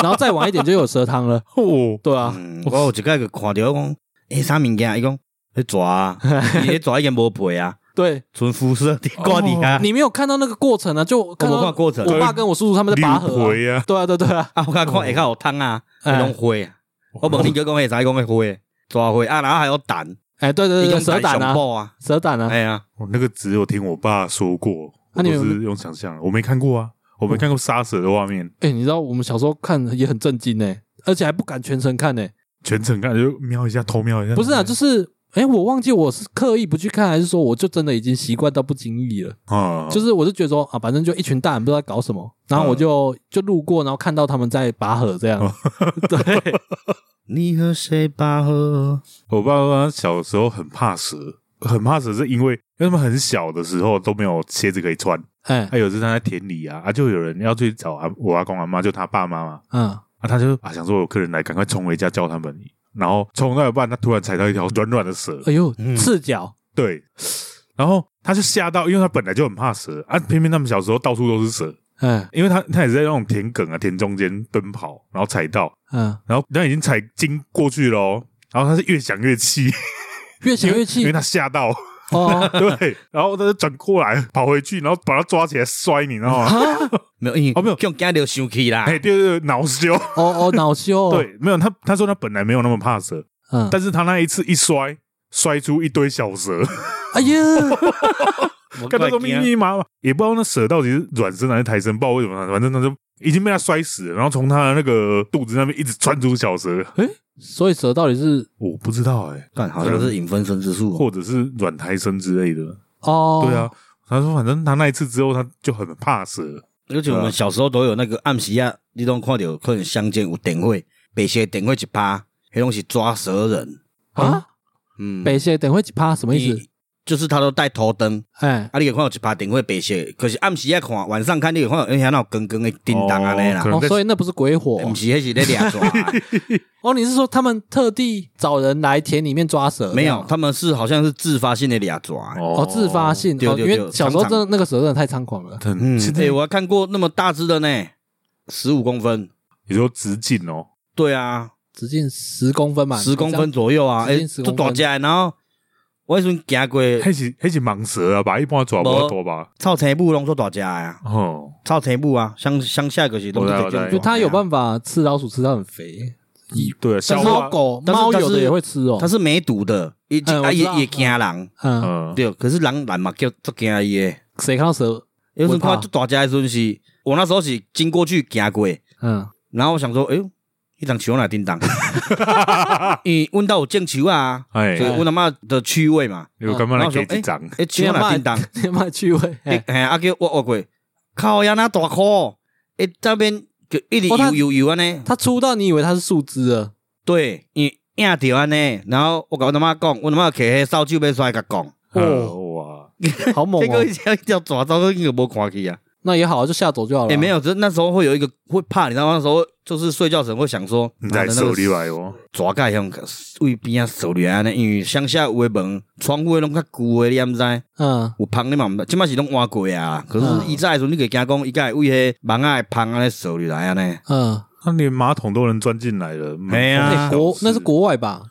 S1: 然后再晚一点就有蛇汤了。
S2: 哦，
S1: 对啊，
S3: 嗯，我有一届就看着讲，诶，啥物件？伊讲，迄蛇啊，迄蛇已经无皮啊，
S1: 对
S3: 纯肤色伫挂伫遐，
S1: 你没有看到那个过程啊，就看
S3: 我没
S1: 到
S3: 看过程
S1: 我爸跟我叔叔他们在拔河、
S2: 六皮啊
S1: 对啊，对啊对啊，
S3: 啊，我甲看下骹有汤啊，迄种灰啊。我问你，佮讲会使讲会灰，抓灰啊，然后还有胆，
S1: 哎，对对对，
S3: 伊讲
S1: 蛇胆
S3: 上
S1: 啊，
S3: 报啊，
S1: 蛇胆啊，
S3: 哎呀，
S2: 我哦那个只有听我爸说过，
S1: 那
S2: 我
S1: 你有
S2: 都是用想象的，我没看过啊，我没看过杀蛇的画面，
S1: 哎，你知道我们小时候看也很震惊呢，而且还不敢全程看呢。
S2: 全程看就瞄一下，偷瞄一下。
S1: 不是啊，就是哎，我忘记我是刻意不去看，还是说我就真的已经习惯到不经意了。
S3: 哦
S2: 啊，
S1: 就是我就觉得说啊，反正就一群大人不知道在搞什么，然后我就
S3: 嗯
S1: 就路过，然后看到他们在拔河这样。
S3: 哦
S1: 对，
S3: 你和谁拔河？
S2: 我爸妈小时候很怕蛇，很怕蛇是因为因为他们很小的时候都没有鞋子可以穿，
S1: 哎，
S2: 还有是他在田里啊，啊就有人要去找啊我阿公阿妈，就他爸妈嘛，
S1: 嗯，
S2: 啊他就啊想说有客人来，赶快冲回家叫他们，然后冲到一半，他突然踩到一条软软的蛇，
S1: 哎呦，
S3: 嗯
S1: 赤脚，
S2: 对，然后他就吓到，因为他本来就很怕蛇啊，偏偏他们小时候到处都是蛇，
S1: 哎，
S2: 因为他他也是在那种田埂啊田中间奔跑，然后踩到，
S1: 嗯，
S2: 然后他已经踩经过去了哦，然后他是越想越气，
S1: 越想越
S2: 因为
S1: 气
S2: 他吓到。
S1: 哦，
S2: 对，然后他就转过来跑回去，然后把他抓起来摔你，然后
S3: 没有，因为
S2: 哦没有
S3: 叫惊到生气啦。
S2: 哎，对对对，恼羞。
S1: 哦哦，恼羞，，
S2: 对，没有他，他说他本来没有那么怕蛇，
S1: 嗯，
S2: 但是他那一次一摔，摔出一堆小蛇，
S1: 哎呀，
S2: 看那时候
S3: 啊
S2: 密密麻麻，也不知道那蛇到底是软身还是胎生，不知道为什么，反正那就已经被他摔死了，然后从他的那个肚子那边一直窜出小蛇，
S1: 所以蛇到底是
S2: 我不知道哎、
S3: 干好像是引分身之术哦，
S2: 或者是软胎生之类的，
S1: 哦，
S2: 对啊。他说：“反正他那一次之后，他就很怕蛇。
S3: 而且我们小时候都有那个暗时啊，你拢看到可能乡间有电会，白色电会一趴，迄拢是抓蛇人。
S1: 啊，
S3: 嗯，
S1: 北蟹等会几趴什么意思？
S3: 你就是他都带头灯，
S1: 哎，
S3: 啊，你有看到一趴电会白色，可是暗时啊看，晚上看你有看到哎遐那有光光的叮当啊那
S2: 哦
S3: 啦
S2: 可，能
S1: 哦，
S2: 在
S1: 所以那不是鬼火
S3: 哎不是迄是咧抓 蛇啊，
S1: 哦，你是说他们特地找人来田里面抓蛇？
S3: 没
S1: 这
S3: 有
S1: 样，
S3: 他们是好像是自发性的抓抓。欸
S1: 哦，自发性，
S3: 对
S1: 哦
S3: 对
S1: 因为
S3: 对
S1: 小时候
S3: 常
S1: 真
S3: 常
S1: 的那个蛇真的太猖狂了。
S2: 很
S3: 嗯，
S2: 现在
S3: 哎，我还看过那么大只的呢，十五公分，
S2: 你说直径哦，
S3: 对啊，
S1: 直径十公分嘛，
S3: 十公分左右啊，
S1: 直
S3: 哎，
S1: 径10
S3: 都大
S1: 公分
S3: 只的，然后我迄阵行过，
S2: 黑是黑是蟒蛇啊吧，一般抓不
S3: 没
S2: 到多吧？
S3: 臭青母拢做大只的啊。
S2: 哦，
S3: 臭田母啊，乡乡下就是拢
S2: 我
S3: 是
S2: 知道
S3: 这
S2: 我知道
S1: 就
S3: 种。
S1: 它有
S3: 法，
S1: 办法吃老鼠，吃到很肥。
S2: 对，啊消
S1: 猫
S2: 化，
S1: 狗
S3: 但是
S1: 猫
S3: 但是
S1: 有的也会吃哦
S3: 它。是没毒的，伊
S1: 嗯
S3: 啊
S1: 我知
S3: 也
S1: 道
S3: 也惊人，
S1: 嗯，
S2: 嗯，
S3: 对。可是人人嘛叫足惊伊的，
S1: 谁看到蛇？
S3: 有时候
S1: 我怕
S3: 看这大家的时阵是，我那时候是经过去行过，
S1: 嗯，
S3: 然后我想说，哎呦，一张球哪叮当？因为阮兜有种树啊，
S2: 哎
S3: 就是，阮阿嬷的区位嘛，
S2: 有干嘛来
S3: 然后
S2: 给
S3: 想
S2: 几张？
S3: 哎，树哪叮当？
S1: 你妈趣 味。
S3: 哎
S1: 嘿，
S3: 嘿啊叫我我过，靠呀那大颗，哎这边就一直
S1: 哦它
S3: 游游游安尼。
S1: 它粗到你以为它是树枝了。
S3: 对，伊硬着安尼，然后我甲阮阿妈讲，阮阿妈摕迄扫帚要出来甲讲，
S1: 哦，
S2: 嗯哇，
S1: 好 猛
S3: 结
S1: 哦
S3: 果！伊只一条蛇走到伊就无看去啊。
S1: 那也好啊，就吓走就好了。
S3: 也没有，只是那时候会有一个会怕，你知道吗？那时候就是睡觉时会想说，啊
S2: 你在手里来哦，
S3: 蛇盖向位边啊手里安尼，因为乡下有的门窗户的拢较旧的，你也毋知，
S1: 嗯，
S3: 有芳你嘛毋知，即摆是拢换过啊。可是
S1: 嗯
S3: 伊早的时候，你会惊讲，伊会为迄蚊仔的芳安尼手里来安尼。
S1: 嗯
S2: 他啊连马桶都能钻进来了，
S3: 哎呀
S1: 哎，
S3: 啊
S1: 国那是，国外吧？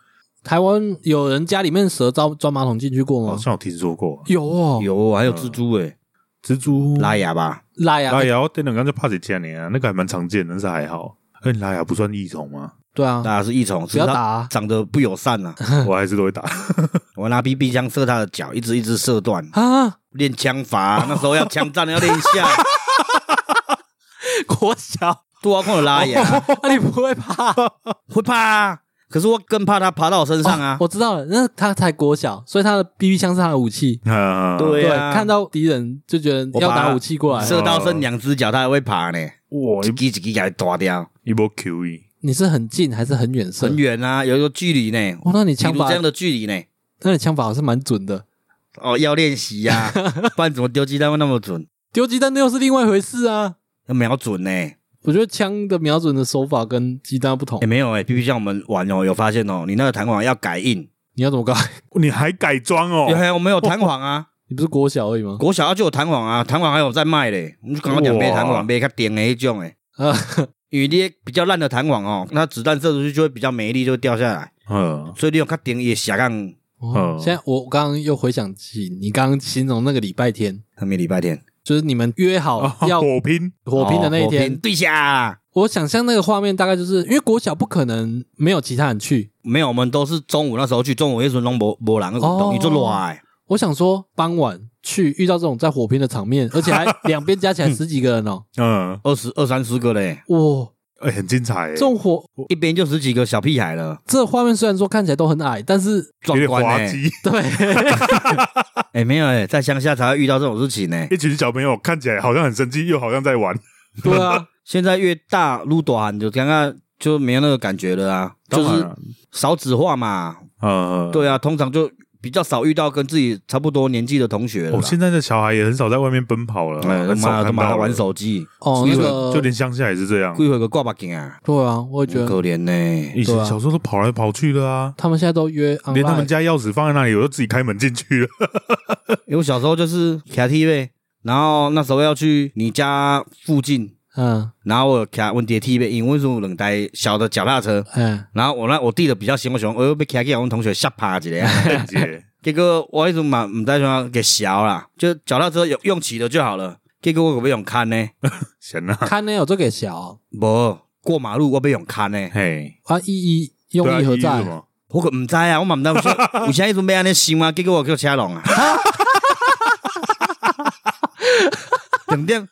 S1: 台湾有人家里面蛇钻钻马桶进去过
S2: 哦
S3: 哦
S2: 好
S1: 吗？
S2: 像有听说过
S1: 有哦，
S3: 有，还有蜘蛛诶，
S2: 蜘蛛
S3: 拉牙吧？
S1: 拉呀
S2: 拉，牙，我电两刚就怕谁家你啊？那个还蛮常见的，但是还好。哎，拉牙不算异虫 吗？
S1: 对啊，
S3: 拉牙是益虫，
S1: 不要打啊
S3: 只是它长得不友 善呐。
S2: 我还是都会打。
S3: 我拿 BB 枪射他的脚，一直一直射断，
S1: 啊，
S3: 练枪法、那时候要枪战，要练一下，
S1: 国 小，
S3: 多少空拉牙，
S1: 那啊你不会哦怕？
S3: 会怕、啊。可是我更怕他爬到我身上啊！
S1: 哦我知道了，那他才国小，所以他的 BB 枪是他的武器。
S2: 啊，
S3: 对啊
S1: 看到敌人就觉得
S3: 我
S1: 要
S3: 把
S1: 拿武器过来
S2: 是。
S3: 射到剩两只脚，他还会爬呢，
S2: 哇
S3: 一，只一只给它抓掉，
S2: 一波 E QE，
S1: 你是很近还是很远射？
S3: 很。远啊，有一个距离呢，
S1: 哇，那你
S3: 比
S1: 枪
S3: 如
S1: 法
S3: 这，样的距离呢。
S1: 那你枪法好像蛮准的。
S3: 哦，要练 习呀，不然怎么丢鸡蛋会那么准？
S1: 丢鸡蛋那又是另外一回事啊。
S3: 要瞄准呢？哎、
S1: 我觉得枪的瞄准的手法跟鸡蛋不同。
S3: 没有哎、必须像我们玩哦，有发现哦，你那个弹簧要改硬，
S1: 你要怎么搞？
S2: 你还改装哦
S3: 有、？还我们有弹簧啊。
S1: 你不是国小而已吗？
S3: 国小啊就有弹簧啊，弹簧还有在卖嘞，我们就刚刚讲卖弹
S2: 哇
S3: 簧，卖较顶的迄 种诶。
S1: 啊，
S3: 欸因为你比较烂的弹簧哦，那子弹射出去就会比较没力，就会掉下来，
S2: 嗯，
S3: 所以你有较顶也下杠。
S1: 哦
S2: 嗯
S1: 现在我刚刚又回想起你刚刚形容那个礼拜天，
S3: 还没礼拜天，
S1: 就是你们约
S3: 哦
S1: 好要
S2: 啊火拼，
S1: 火拼的那一
S3: 哦火
S1: 天
S3: 拼，对下
S1: 我想象那个画面大概就是因为国小不可能没有其他人去，
S3: 没有，我们都是中午那时候去，中午那时候拢无无人的活
S1: 哦
S3: 动，你做啊热的，
S1: 我想说，傍晚去遇到这种在火拼的场 面，而且还两边加起来十几个人哦，
S2: 嗯，
S3: 二十二三十个嘞，
S1: 哇！
S2: 哎，很精彩欸，
S1: 这种火，
S3: 一边就十几个小屁孩了，
S1: 这画面虽然说看起来都很矮，但是
S2: 有
S3: 壮
S2: 点
S3: 观
S2: 滑
S3: 嘞。
S2: 稽。
S1: 对，
S3: 哎，没有哎，在乡下才会遇到这种事情 呢。
S2: 一群小朋友看起来好像很生气，又好像在玩。
S1: 对 啊，
S3: 现在越大撸大汉，就刚刚就没有那个感觉了啊，就是
S2: 嗯
S3: 少子化嘛，
S2: 呃，
S3: 对啊，通常就比较少遇到跟自己差不多年纪的同学了
S2: 哦，
S3: 啦。
S2: 现在的小孩也很少在外面奔跑了，
S3: 哎，
S2: 很
S3: 妈
S2: 少
S3: 的，
S2: 看
S3: 妈
S2: 到
S3: 的
S2: 了
S3: 玩，手机，
S1: 哦，那个
S2: 就连乡下也是这样。
S3: 规回个挂把镜啊，
S1: 对啊，我也觉
S3: 很
S1: 得
S2: 嗯
S3: 可怜呢。
S2: 以前
S1: 对啊
S2: 小时候都跑来跑去的啊，
S1: 他们现在都约 online，
S2: 连他们家钥匙放在那里，我都自己开门进去 了。
S3: 因为我小时候就是卡 T V，然后那时候要去你家附近，
S1: 嗯
S3: 然后我卡我爹 T V，因为我有两台小的脚踏车，
S1: 哎
S3: 然后我那我弟的比较喜欢喜欢，我又被卡去我们同学吓趴一下。
S2: 邓哎姐，
S3: 结果我迄阵嘛毋知怎样给小啦，就脚踏车用用骑的就好了。结果我可要用牵呢？
S2: 行啊，
S1: 看呢有这个小
S3: 无过马路我要用牵呢？
S2: 嘿，
S1: 啊，意义用
S2: 对啊
S1: 意何
S2: 意义是什
S1: 在？
S2: 么？
S3: 我可唔知啊，我嘛唔知，我说有啥时阵要安尼想啊，结果我叫车龙啊， 两点，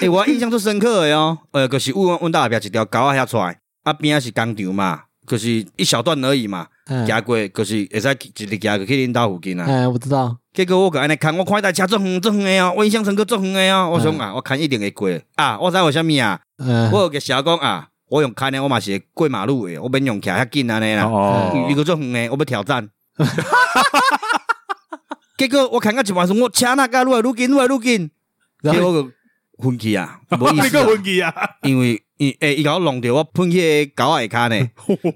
S3: 诶，我印象最深刻的哦，呃，就是阮阮大后壁一条狗仔遐出来，啊边仔是工厂嘛，就是一小段而已嘛，
S1: 嗯
S3: 行过就是会使一直行过去恁兜附近啊。
S1: 哎，我知道，
S3: 结果我甲安尼看，我看迄台车足远足远的哦，我印象深刻足远的哦，我想
S1: 嗯
S3: 啊，我看一定会过啊，我知为虾米啊，
S1: 嗯，
S3: 我有个小讲啊，我用看的我嘛是会过马路的，我免用徛遐紧安尼
S1: 哎
S3: 啦，
S2: 哦
S3: 伊个足远的，我要挑战。 结果我看到一半时候，我车那个愈来愈紧，愈来愈紧，
S1: 然
S3: 结
S1: 后
S3: 果我就昏 去啊，无意
S2: 你
S3: 思
S2: 个
S3: 啊，
S2: 混机啊！
S3: 因为伊诶，伊甲我弄着我喷迄个狗仔 下骹呢，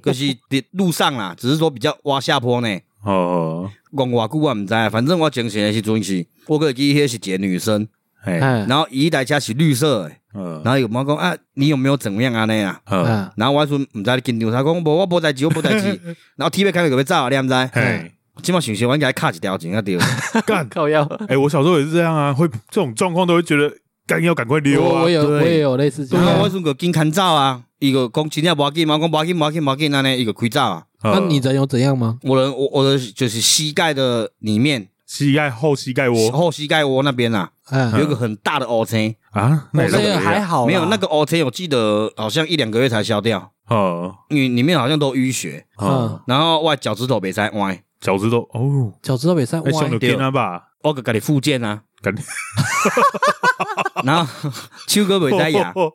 S3: 就是伫路上啦，只是说比较挖下坡呢。
S2: 哦，
S3: 讲偌久我毋知，啊反正我精神的时阵是，我个记迄是一个女生，
S2: 哎，
S1: 嗯，
S3: 然后伊台车是绿色的，
S2: 嗯，
S3: 然后有妈讲啊，你有没有怎么样安尼啊？
S2: 嗯，
S1: 嗯，
S3: 然后我迄阵毋知咧紧张，他讲无我无代志，我无代志。 然后 T 尾开始要走啊，你毋
S1: 嗯
S3: 知？
S1: 哎
S2: 嘿，
S3: 即马想想，我应该卡一条钱啊对。
S2: 干，
S1: 靠腰，
S2: 哎，我小时候也是这样啊，会这种状况都会觉得干要赶快溜
S1: 我
S2: 啊
S1: 我，有
S3: 对
S1: 我也有类似这
S3: 然后我
S1: 样
S3: 迄。阵个紧牵走啊，伊个讲真正无要紧嘛，我讲无要紧无要紧无要紧安尼，伊个开走啊。
S1: 那
S2: 嗯
S1: 你人有怎样吗？
S3: 我的我我的就是膝盖的里面
S2: 膝盖后膝盖窝
S3: 后膝盖窝那边啊，有
S1: 嗯，
S3: 一个很大的凹陷，
S2: 啊，那也
S1: 这
S2: 是
S1: 个还好啦，
S3: 没有那个凹陷，我记得好像一两个月才消掉，
S2: 哦，
S3: 因为里面好像都淤血。
S2: 嗯，
S1: 嗯，
S3: 然后我的脚趾头袂使歪，
S2: 脚趾头哦，
S1: 脚趾头比赛
S2: 哎，上
S1: 歪
S2: 有，筋啊吧，
S3: 我个家己复健啊，
S2: 感觉
S3: 然后手哥袂使 压，
S2: 哦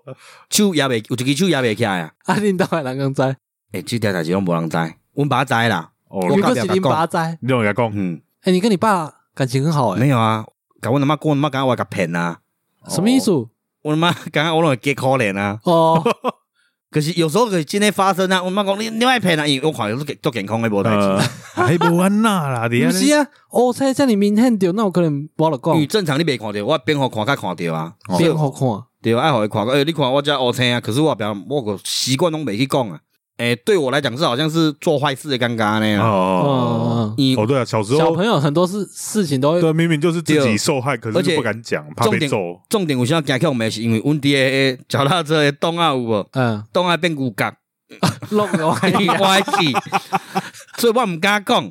S3: 手压袂，有一只手压袂起来啊。
S1: 啊，恁到海南刚栽，
S3: 诶、这条代志拢无人知，阮爸知啦。
S1: 你
S2: 哦，
S1: 不是林拔栽？
S2: 你让人家讲，
S3: 嗯，
S1: 哎，你跟你爸感情很好哎
S3: 没，有啊，甲阮阿妈讲，阮阿妈讲我甲骗啊，
S1: 什么意思？
S3: 阮阿妈讲我拢会加可怜啊。
S1: 哦，
S3: 可是有时候可是真诶发生啊，阮妈讲你你莫骗啊，因为我看有做健康诶无代
S2: 呃
S3: 志，，
S2: 还无安 那啦，你
S1: 不
S2: 安
S1: 是啊，我猜像你明显丢，那我可能无了
S3: 因为
S1: 讲，
S3: 正常你袂看着，我边互看甲看着啊，
S2: 哦
S1: 变好看，
S3: 对啊，爱互伊看，诶、你看我遮乌青啊，可是我表我个习惯拢袂去讲啊。诶、对我来讲是好像是做坏事的尴尬呢。
S2: 哦，
S1: 嗯嗯嗯，
S3: 你
S2: 哦对啊，小时
S1: 小
S2: 候嗯
S1: 朋友很多事事情都会
S2: 对，明明就是自己受害，可
S3: 而
S2: 是
S3: 且
S2: 就不敢讲，怕被揍。
S3: 重点有啥惊去我们是因为阮伫诶脚踏车诶档啊有无？
S1: 嗯
S3: 档啊变牛角，
S1: 弄个 歪
S3: 伊歪去，所以我毋敢讲。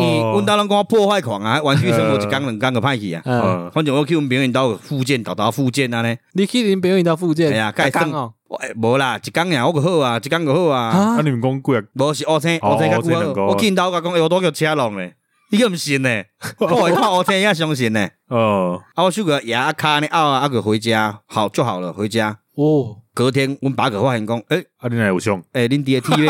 S3: 伊阮兜拢讲我破坏狂啊，玩具生活一工两工就歹去啊。
S1: 嗯，
S2: 嗯，
S3: 反正我去阮朋友因兜附近，豆豆附近安尼，
S1: 你去林表演到附近，
S3: 哎呀该
S1: 刚
S3: 算
S1: 哦，
S3: 我哎无啦，一工尔我就好啊，一工就好啊。
S1: 啊
S2: 啊，，你们讲贵啊，
S3: 无是乌青，
S2: 哦
S3: 乌青较
S2: 乌青两
S3: 久
S2: 个
S3: 好。我去因兜甲讲，哎，我都叫车弄咧，伊个毋 信咧，我一看乌青伊也相信咧。
S2: 哦，
S3: 啊，我手个牙啊骹呢拗啊，啊个回家，好就好了，回家。
S1: 哦，
S3: 隔天阮爸个发现讲，诶
S2: 啊，你哪有凶？
S3: 诶，恁爹 T
S2: 那
S3: V。
S2: 你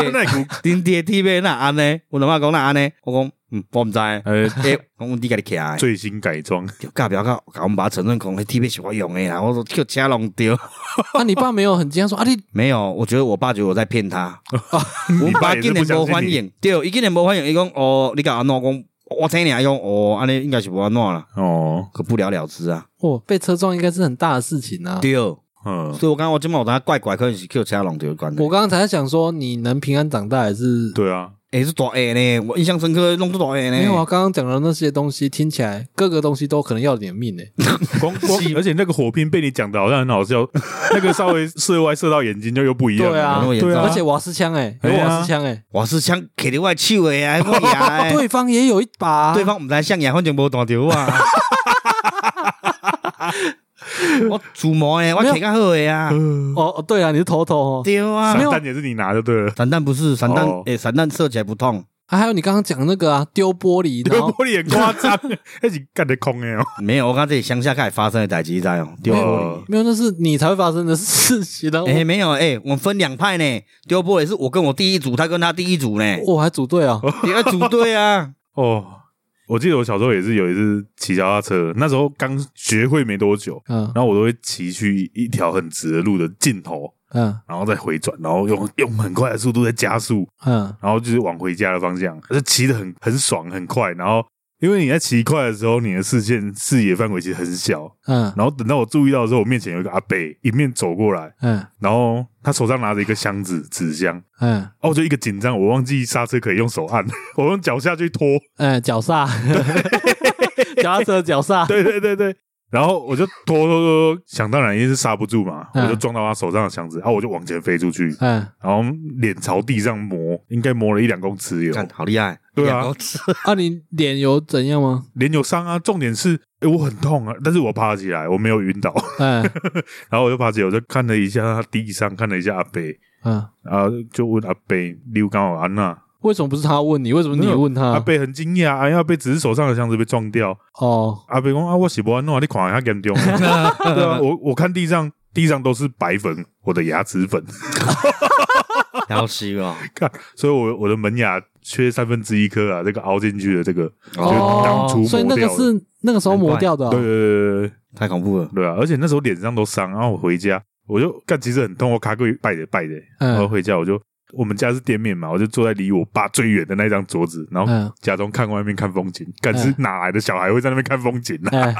S2: 有
S3: 恁爹铁尾那安尼，阮阿妈讲那安尼，我讲嗯，我毋 知。诶，
S2: 呃
S3: 讲阮弟家己徛诶，
S2: 最新改装，
S3: 就教表教，甲阮爸承认讲，迄铁尾是我用诶啦，我说叫车弄掉。
S1: 啊，你爸没有很惊讶说啊，你
S3: 没有，我觉得我爸觉得我在 骗他。阮爸
S2: 爸也是
S3: 竟
S2: 不
S3: 然无
S2: 相
S3: 反
S2: 信
S3: 应，对，伊竟然无反应，伊讲哦，你甲安怎讲？我听你讲哦，安尼应该是无安怎啦，
S2: 哦，
S3: 可不了了之啊。
S1: 哦被车撞应该是很大的事情啊。
S3: 对，
S2: 嗯，
S3: 所以我刚刚我今晚有当怪怪，可能是叫车弄掉关的
S1: 我。刚刚才想说，你能平安长大还是
S2: 对啊，
S3: 诶，是大下呢，我印象深刻，弄出大下呢。
S1: 没有啊？刚刚讲的那些东西，听起来各个东西都可能要点命呢。
S2: 光光，而且那个火拼被你讲的好像很好笑，那个稍微射歪射到眼睛就又不一样。
S1: 对啊
S3: 有那么严重
S2: 对啊
S1: 而且瓦斯枪哎，有
S2: 哎呀
S1: 瓦斯枪哎，
S3: 我是枪揢伫我的手诶，啊，我牙
S2: 哎
S3: 诶。
S1: 对方也有一把啊，
S3: 对方毋知向也反正无弹 着啊。我自摸诶，我
S1: 没有
S3: 摕较好诶啊，
S1: 哦哦，对啊，你是头头哦。
S3: 对啊
S1: 没有。
S2: 呃散弹也是你拿的，对了，
S3: 散弹不是散弹
S2: 哦，
S3: 诶，散弹射起来不痛，
S1: 啊还有你刚刚讲的那个啊，丢玻璃，
S2: 丢
S1: 然后
S2: 玻璃很夸张，那是干的空的哦。
S3: 没有。我看这里乡下开始发生的代志，你知哦，
S1: 啊
S3: 丢玻
S2: 哦
S1: 没有，那是你才会发生的事情啊。
S3: 璃。
S2: 哎
S3: 诶，没有诶，我们分两派呢，丢玻璃是我跟我第一组，他跟他第一组呢，
S1: 我我还组队啊，
S3: 你要组 队啊。
S2: 哦，我记得我小时候也是有一次骑脚踏车，那时候刚学会没多久，
S1: 嗯
S2: 然后我都会骑去一条很直的路的尽头，
S1: 嗯
S2: 然后再回转，然后用用很快的速度在加速，
S1: 嗯，
S2: 然后就是往回家的方向，就骑得很很爽很快。然后因为你在骑快的时候，你的视线视野范围其实很小。
S1: 嗯
S2: 然后等到我注意到的时候，我面前有一个阿伯迎面走过来，
S1: 嗯
S2: 然后他手上拿着一个箱子纸箱，
S1: 嗯，
S2: 哦，我就一个紧张，我忘记刹车可以用手按， 我用脚下去拖。
S1: 嗯 哎，脚刹，脚踏车脚刹，
S2: 对对对对，然后我就拖拖拖，拖想当然一定是刹不住嘛，
S1: 嗯
S2: 我就撞到他手上的箱子，然后我就往前飞出去，
S1: 嗯
S2: 然后脸朝地上磨，应该磨了一两公尺有，
S3: 看好厉害，
S2: 对啊
S3: 两公尺
S1: 啊，你脸有怎样吗？
S2: 脸有伤啊。重点是，诶我很痛啊，但是我爬起来，我没有晕倒，
S1: 嗯
S2: 然后我就爬起来，我就看了一下地上，看了一下阿北，
S1: 嗯，
S2: 然后就问阿北，你有刚好安娜，
S1: 为什么不是他问你？为什么你
S2: 没有
S1: 问
S2: 阿
S1: 他？
S2: 北很惊讶，哎呀，阿北只是手上的箱子被撞掉，
S1: 哦，
S2: 阿北讲啊，我洗不安诺，你狂下严重。对啊，我我看地上地上都是白粉，我的牙齿粉，
S3: 要死哦！
S2: 看， 所以我我的门牙缺三分之一颗啊，这个凹进去的这个，
S1: 哦
S2: 就当初
S1: 所以那
S2: 磨
S1: 个
S2: 掉的
S1: 是那个时候磨掉的哦、
S2: 对对对对对
S3: 太 恐怖了，
S2: 对啊！而且那时候脸上都伤，然后我回家我就干，其实很痛，我卡过拜的拜的，然后
S1: 嗯
S2: 回家我就我们家是店面嘛，我就坐在离我爸最远的那张桌子，然后
S1: 嗯，
S2: 假装看外面看风景，干
S1: 嗯
S2: 是哪来的小孩会在那边看风景呢、啊？
S1: 哎、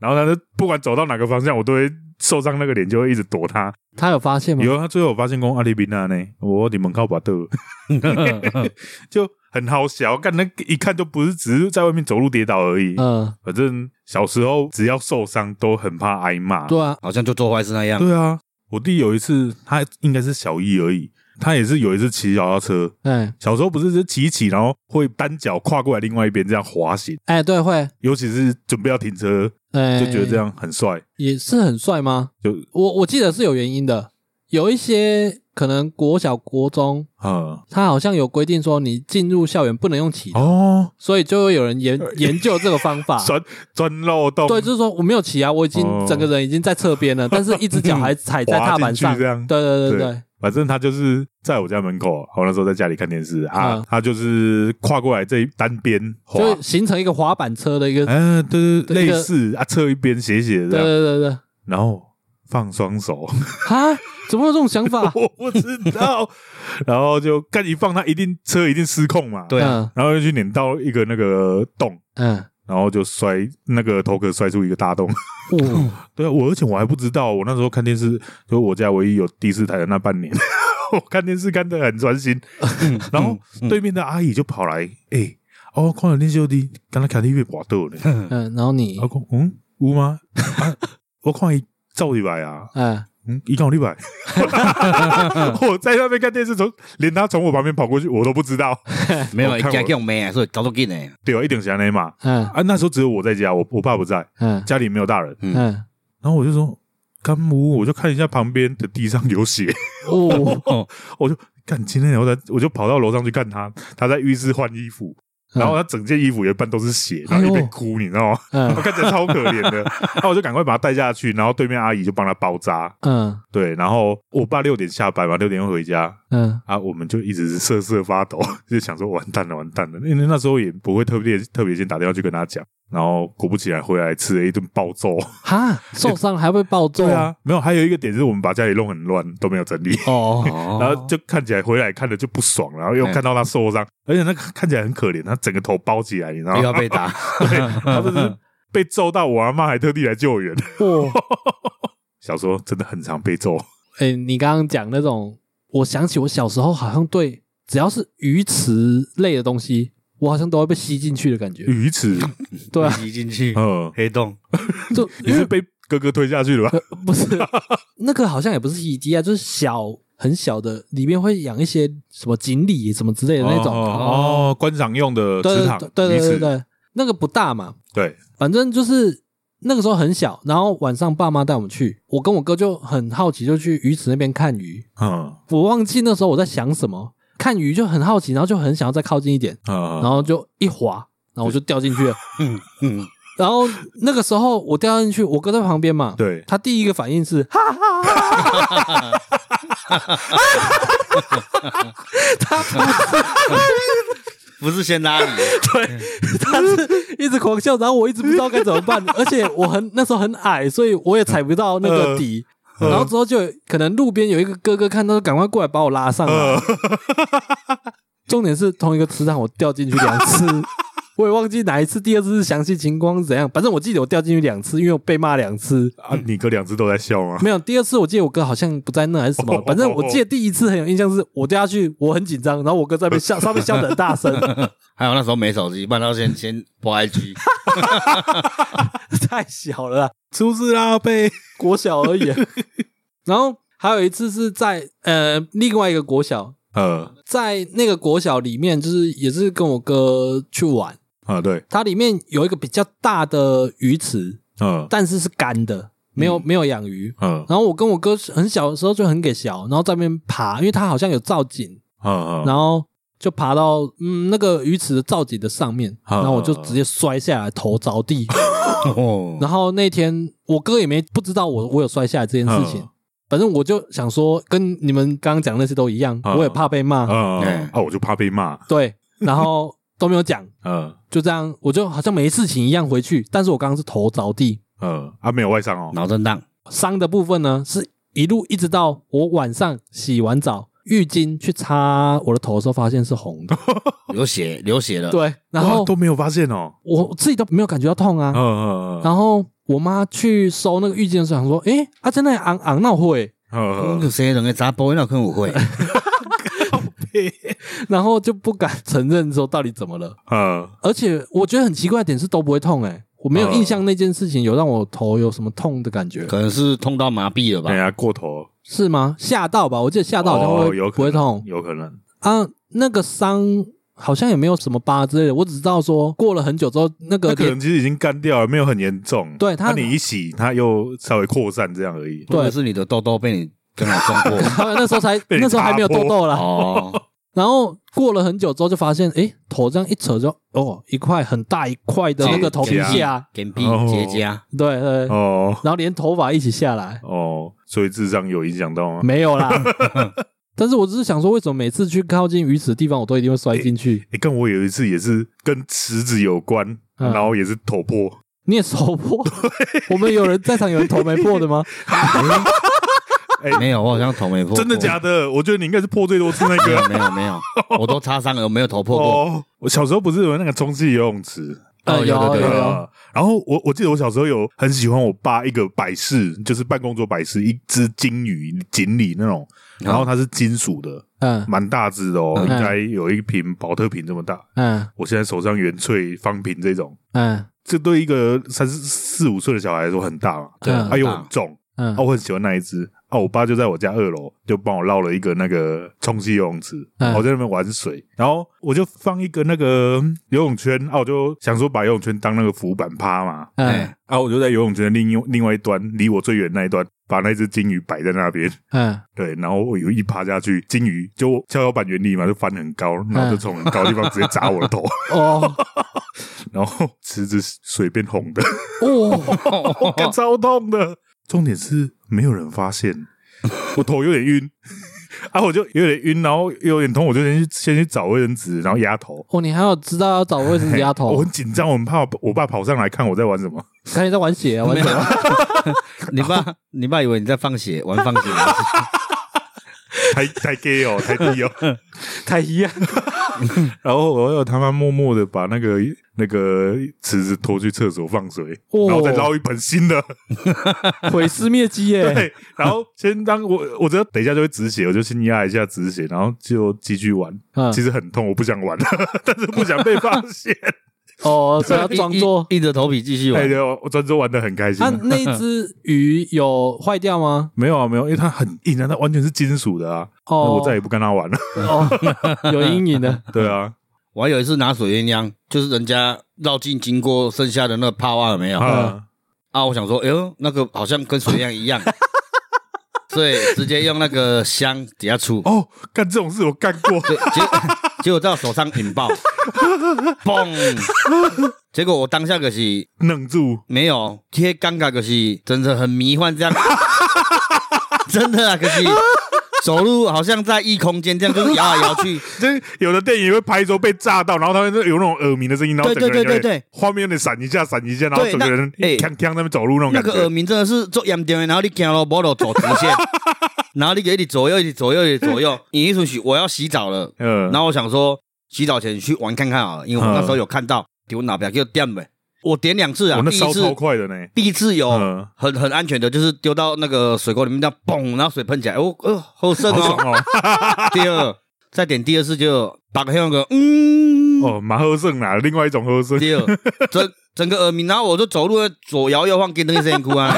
S2: 然后他就不管走到哪个方向，我都会受伤那个脸就会一直躲他。
S1: 他有发现吗？
S2: 有啊他最后我发现公阿里宾娜呢，我你门口把豆 就很好笑，干那一看就不是只是在外面走路跌倒而已。
S1: 嗯，
S2: 反正小时候只要受伤都很怕挨骂。
S1: 对啊，
S3: 好像就做坏事 那样。
S2: 对啊，我弟有一次，他应该是小一而已，他也是有一次骑脚踏车。
S1: 哎
S2: 小时候不是就骑一骑，然后会单脚跨过来另外一边这样滑行，
S1: 哎，对，会，
S2: 尤其是准备要停车，
S1: 哎，
S2: 就觉得这样很帅。
S1: 也是很帅吗？
S2: 就
S1: 我我记得是有原因的，有一些可能国小、国中，
S2: 啊、
S1: 他好像有规定说你进入校园不能用骑的，
S2: 哦，
S1: 所以就会有人 研研究这个方法。
S2: 钻钻漏洞，
S1: 对，就是说我没有骑啊，我已经
S2: 哦
S1: 整个人已经在侧边了，但是一只脚还踩在踏板
S2: 滑
S1: 上。
S2: 进去这
S1: 对
S2: 样
S1: 对对
S2: 对
S1: 对，
S2: 反正他就是在我家门口，我那时候在家里看电视啊，
S1: 嗯
S2: 他就是跨过来这一单边滑，
S1: 就形成一个滑板车的一个。
S2: 嗯、对对，
S1: 对一个
S2: 类似啊，侧一边斜斜
S1: 对
S2: 这样，
S1: 对对对，
S2: 然后放双手，
S1: 哈，怎么会有这种想法？
S2: 我不知道，然后就干一放，他一定车一定失控嘛，
S3: 对啊，
S2: 然后就去碾到一个那个洞，
S1: 嗯，
S2: 然后就摔那个头壳摔出一个大洞。
S1: 嗯，
S2: 对啊，我而且我还不知道，我那时候看电视，就我家唯一有第四台的那半年， 我看电视看得很专心，然后对面的阿姨就跑来，哎、哦，看了恁小弟，刚才看你被滑倒 了，
S1: 嗯嗯，然后你
S2: 我，讲嗯，有吗？啊、我看伊走入来啊，
S1: 嗯，
S2: 嗯，伊讲有入来， 我在那边看电视，从连他从我旁边跑过去，我都不知道，
S3: 没有，
S2: 我
S3: 一
S2: 看我
S3: 家叫妹，所以搞到紧呢。
S2: 对啊，一定是安尼嘛，
S1: 嗯，
S2: 啊，那时候只有我在家，我我爸不在，
S1: 嗯，
S2: 家里没有大人，
S1: 嗯，
S2: 然后我就说。干母，我就看一下旁边的地上有血，
S1: 哦，
S2: 我就干，今天我在我就跑到楼上去看他，他在浴室换衣服，然后他整件衣服有一半都是血，然后一边哭，你知道吗？
S1: 嗯
S2: 我看起来超可怜的，然后我就赶快把他带下去，然后对面阿姨就帮他包扎，
S1: 嗯
S2: 对，然后我爸六点下班嘛，六点会回家。
S1: 嗯
S2: 啊，我们就一直是瑟瑟发抖，就想说完蛋了，完蛋了。因为那时候也不会特别特别先打电话去跟他讲，然后果不其然回来吃了一顿暴揍。
S1: 哈，受伤还会暴揍？
S2: 对，啊，没有，还有一个点是我们把家里弄很乱，都没有整理。
S1: 哦，哎
S3: 哦
S2: 然后就看起来回来看的就不爽，然后又
S3: 嗯
S2: 看到他受伤，而且那个看起来很可怜，他整个头包起来，你知道
S1: 哎
S3: 又要
S2: 吗？
S3: 被打，
S2: 对，然后就是被揍到，我阿妈还特地来救援。
S1: 哦，
S2: 小时候真的很常被揍，
S1: 哎，你刚刚讲那种，我想起我小时候好像对，只要是鱼池类的东西，我好像都会被吸进去的感觉。
S2: 鱼池，
S1: 对啊，
S3: 挤进去
S2: 嗯，
S3: 黑洞，
S1: 就
S2: 你
S1: 因为
S2: 是被哥哥推下去了吧？
S1: 呃不是 那个好像也不是洗衣机啊，就是小很小的，里面会养一些什么锦鲤什么之类的那种。
S2: 哦，观赏用的
S1: 对
S2: 池
S1: 对
S2: 塘，
S1: 对对
S2: 鱼
S1: 对
S2: 池，
S1: 对，那个不大嘛，
S2: 对，
S1: 反正就是那个时候很小，然后晚上爸妈带我们去，我跟我哥就很好奇，就去鱼池那边看鱼。
S2: 嗯
S1: 我忘记那时候我在想什么，看鱼就很好奇，然后就很想要再靠近一点，然
S2: 嗯，
S1: 后就一滑，然后我就掉进去 了。
S3: 嗯嗯，
S1: 然后那个时候我掉进去，我哥在旁边嘛，
S2: 对，
S1: 他第一个反应是哈哈哈哈哈哈，
S3: 不是先拉你，
S1: 他 他是一直狂笑，然后我一直不知道该怎么办，而且我很那时候很矮，所以我也踩不到那个底。
S2: 嗯
S1: 然后之后就有可能路边有一个哥哥看到，赶快过来把我拉上来。 重点是同一个池塘，我掉进去两次，我也忘记哪一次，第二次是详细情况是怎样。反正我记得我掉进去两次，因为我被骂两次。
S2: 啊，你哥两只都在笑吗？
S1: 没有，第二次我记得我哥好像不在那还是什么，反正我记得第一次很有印象，是我掉下去，我很紧张，然后我哥在那边笑，上面笑得很大声，
S3: 还有那时候没手机，不然他先先播 IG，
S1: 太小了啦。
S2: 出事啦，被
S1: 国小而已、啊。然后还有一次是在呃另外一个国小，
S2: 呃
S1: 在那个国小里面，就是也是跟我哥去玩，
S2: 啊对，
S1: 它里面有一个比较大的鱼池，
S2: 嗯
S1: 但是是干的，没有、没有养鱼。
S2: 嗯
S1: 然后我跟我哥很小的时候就很给小，然后在那边爬，因为他好像有造景，
S2: 嗯嗯，
S1: 然后就爬到嗯那个鱼池的造景的上面，
S2: 嗯
S1: 然后我就直接摔下来，头着地。
S3: 哦，
S1: 然后那天我哥也没不知道我我有摔下来这件事情
S2: 嗯，
S1: 反正我就想说跟你们刚刚讲那些都一样，
S2: 嗯
S1: 我也怕被骂，
S2: 嗯
S3: 哎
S2: 嗯啊，我就怕被骂，
S1: 对，然后都没有讲，
S2: 嗯
S1: 就这样，我就好像没事情一样回去，但是我刚刚是头着地，
S2: 嗯啊，没有外伤哦，
S3: 脑震荡，
S1: 伤的部分呢是一路一直到我晚上洗完澡。浴巾去擦我的头的时候，发现是红的。
S3: 流血流血了，
S1: 对，然
S2: 嗯哇
S1: 后
S2: 都没有发现哦，
S1: 我自己都没有感觉到痛啊
S2: 嗯。嗯嗯
S1: 然后我妈去收那个浴巾的时候，想说：“诶，啊，真的昂昂闹会。
S2: 嗯
S3: 有
S2: 嗯
S3: 谁能个查甫那可能 有会，
S1: 然后就不敢承认说到底怎么了。
S2: 嗯，
S1: 而且我觉得很奇怪的点是都不会痛、诶，我没有
S2: 嗯
S1: 印象那件事情有让我头有什么痛的感觉，
S3: 可能是痛到麻痹了吧
S2: 哎？呀，过头，
S1: 是吗？吓到吧？我记得吓到好像
S2: 哦
S1: 会、
S2: 有可
S1: 不会
S2: 能
S1: 痛
S2: 有可能，
S1: 啊？那个伤好像也没有什么疤之类的，我只知道说过了很久之后，那个
S2: 那可
S1: 脸
S2: 能其实已经干掉了，没有很严重。
S1: 对它？
S2: 那你一洗，它又稍微扩散这样而已。
S3: 会不会是你的痘痘被你跟我 撞过
S1: 那时候才
S2: 被你
S1: 那时候还没有
S2: 打破
S1: 痘痘啦。
S3: 哦，
S1: 然后过了很久之后，就发现，诶，头这样一扯就，哦，一块很大一块的那个头皮
S2: 结
S1: 下，
S3: 眼皮
S2: 哦
S3: 结痂，
S1: 对对，
S2: 哦
S1: 然后连头发一起下来，
S2: 哦，所以智商有影响到吗？
S1: 没有啦。但是我只是想说，为什么每次去靠近鱼池的地方，我都一定会摔进去？
S2: 诶，跟我有一次也是跟池子有关，
S1: 嗯
S2: 然后也是头破，
S1: 你也手破？我们有人在场有人头没破的吗？
S3: 没有，我好像头没破过，
S2: 真的假的？我觉得你应该是破最多次那
S3: 没有
S2: 个。
S3: 没有没有，我都擦伤了，我没有头破过。
S2: 哦，我小时候不是有那个充气游泳池，
S3: 哦
S1: 呃
S3: 有的
S1: 有
S3: 对有的
S1: 有，
S2: 呃，然后我我记得我小时候有很喜欢我爸一个摆饰，就是办公桌摆饰，一只金鱼锦鲤那种，
S3: 啊
S2: 然后它是金属的，
S1: 嗯
S2: 蛮大只的哦，
S1: 嗯
S2: 应该有一瓶保特瓶这么大。
S1: 嗯
S2: 我现在手上原萃方瓶这种，
S1: 嗯
S2: 这对一个三四四五岁的小孩来说很大嘛，
S1: 对
S2: 啊
S1: 很
S2: 又
S3: 大
S2: 很重，啊
S1: 嗯
S2: 我很喜欢那一只，啊我爸就在我家二楼就帮我绕了一个那个充气游泳池，
S1: 嗯
S2: 我在那边玩水，然后我就放一个那个游泳圈，啊我就想说把游泳圈当那个浮板趴嘛，
S1: 嗯
S3: 哎
S2: 啊我就在游泳圈的另一另外一端，离我最远那一端，把那只金鱼摆在那边，
S1: 嗯
S2: 对，然后我有一趴下去，金鱼就跷跷板原理嘛，就翻很高，然后就从很高的地方直接砸我的头，
S1: 哦
S2: 然后池子水变红的，
S1: 哦，
S2: 我感超痛的。重点是没有人发现， 我头有点晕，啊，我就有点晕，然后又有点痛，我就先去先去找卫生纸，然后压头。
S1: 哦，你还要知道要找卫生纸压
S2: 嘿我
S1: 头
S2: 很，紧张，我很怕我爸跑上来看我在玩什么。
S1: 看你在玩血啊，玩
S3: 没
S1: 血
S3: 有
S1: 啊，
S3: 你爸，你爸以为你在放血，玩放血，
S2: 太太 gay 哦，太低哦。
S1: 太啊一样。
S2: 然后我又他妈默默的把那个那个池子拖去厕所放水，
S1: 哦
S2: 然后再捞一盆新的。
S1: 毁尸灭迹耶！
S2: 对，然后先当我我只要等一下就会止血，我就先压一下止血，然后就继续玩。
S1: 嗯
S2: 其实很痛，我不想玩， 但是不想被发 现。
S1: 哦，所以要装作
S3: 硬着头皮继续
S2: 哎，
S3: 玩。
S2: 对，我专注玩的很开心
S1: 啊。，那一只鱼有坏掉吗？
S2: 没有啊，没有，因为它很硬啊，它完全是金属的啊，那
S1: 哦，
S2: 我再也不跟它玩 了。
S1: 哦，有阴影的。
S2: 对啊，
S3: 我还有一次拿水鸳鸯，就是人家绕境经过剩下的那个泡啊，有没有
S2: 啊，
S3: 啊？我想说，哎呦，那个好像跟水鸳鸯 一样，所以直接用那个香底下出，
S2: 哦，干这种事我干过，
S3: 对，结 结果在我手上引爆， 嘣！结果我当下可是
S2: 愣住，
S3: 没有，贴尴尬可是真的很迷幻这样， 真的啊，可是走路好像在异空间这样，就是摇来摇去。
S2: 就是有的电影会拍说被炸到，然后他们就有那种耳鸣的声音，然后整
S3: 对
S2: 个人
S3: 对对
S2: 有点
S3: 对对
S2: 画面有点闪一下闪一下，然后
S3: 对
S2: 整个人
S3: 那哎
S2: 锵锵在那边走 路那种
S3: 那
S2: 感
S3: 个耳
S2: 觉。
S3: 鸣真的是做严重的，然后你走路无路走直 线，然后你给一直左右，一直左右，一直左右。你一出去，我要洗澡了，
S2: 嗯
S3: 然后我想说洗澡前去玩看看好了，因为我那时候有看到，给我脑表给我点呗，我点两次
S2: 哦
S3: 啊
S2: 我，那
S3: 第一
S2: 烧超
S3: 次
S2: 快的呢，
S3: 第一次有
S2: 嗯
S3: 很很安全的，就是丢到那个水沟里面，这样嘣，然后水喷起来，哦哦，好深
S2: 好
S3: 哦
S2: 爽。哦！
S3: 第二，再点第二次就打个黑龙个，嗯，
S2: 哦，马赫胜啦，另外一种赫 胜，
S3: 第二整整个耳鸣，然后我就走路左摇右晃，跟那个声音哭啊，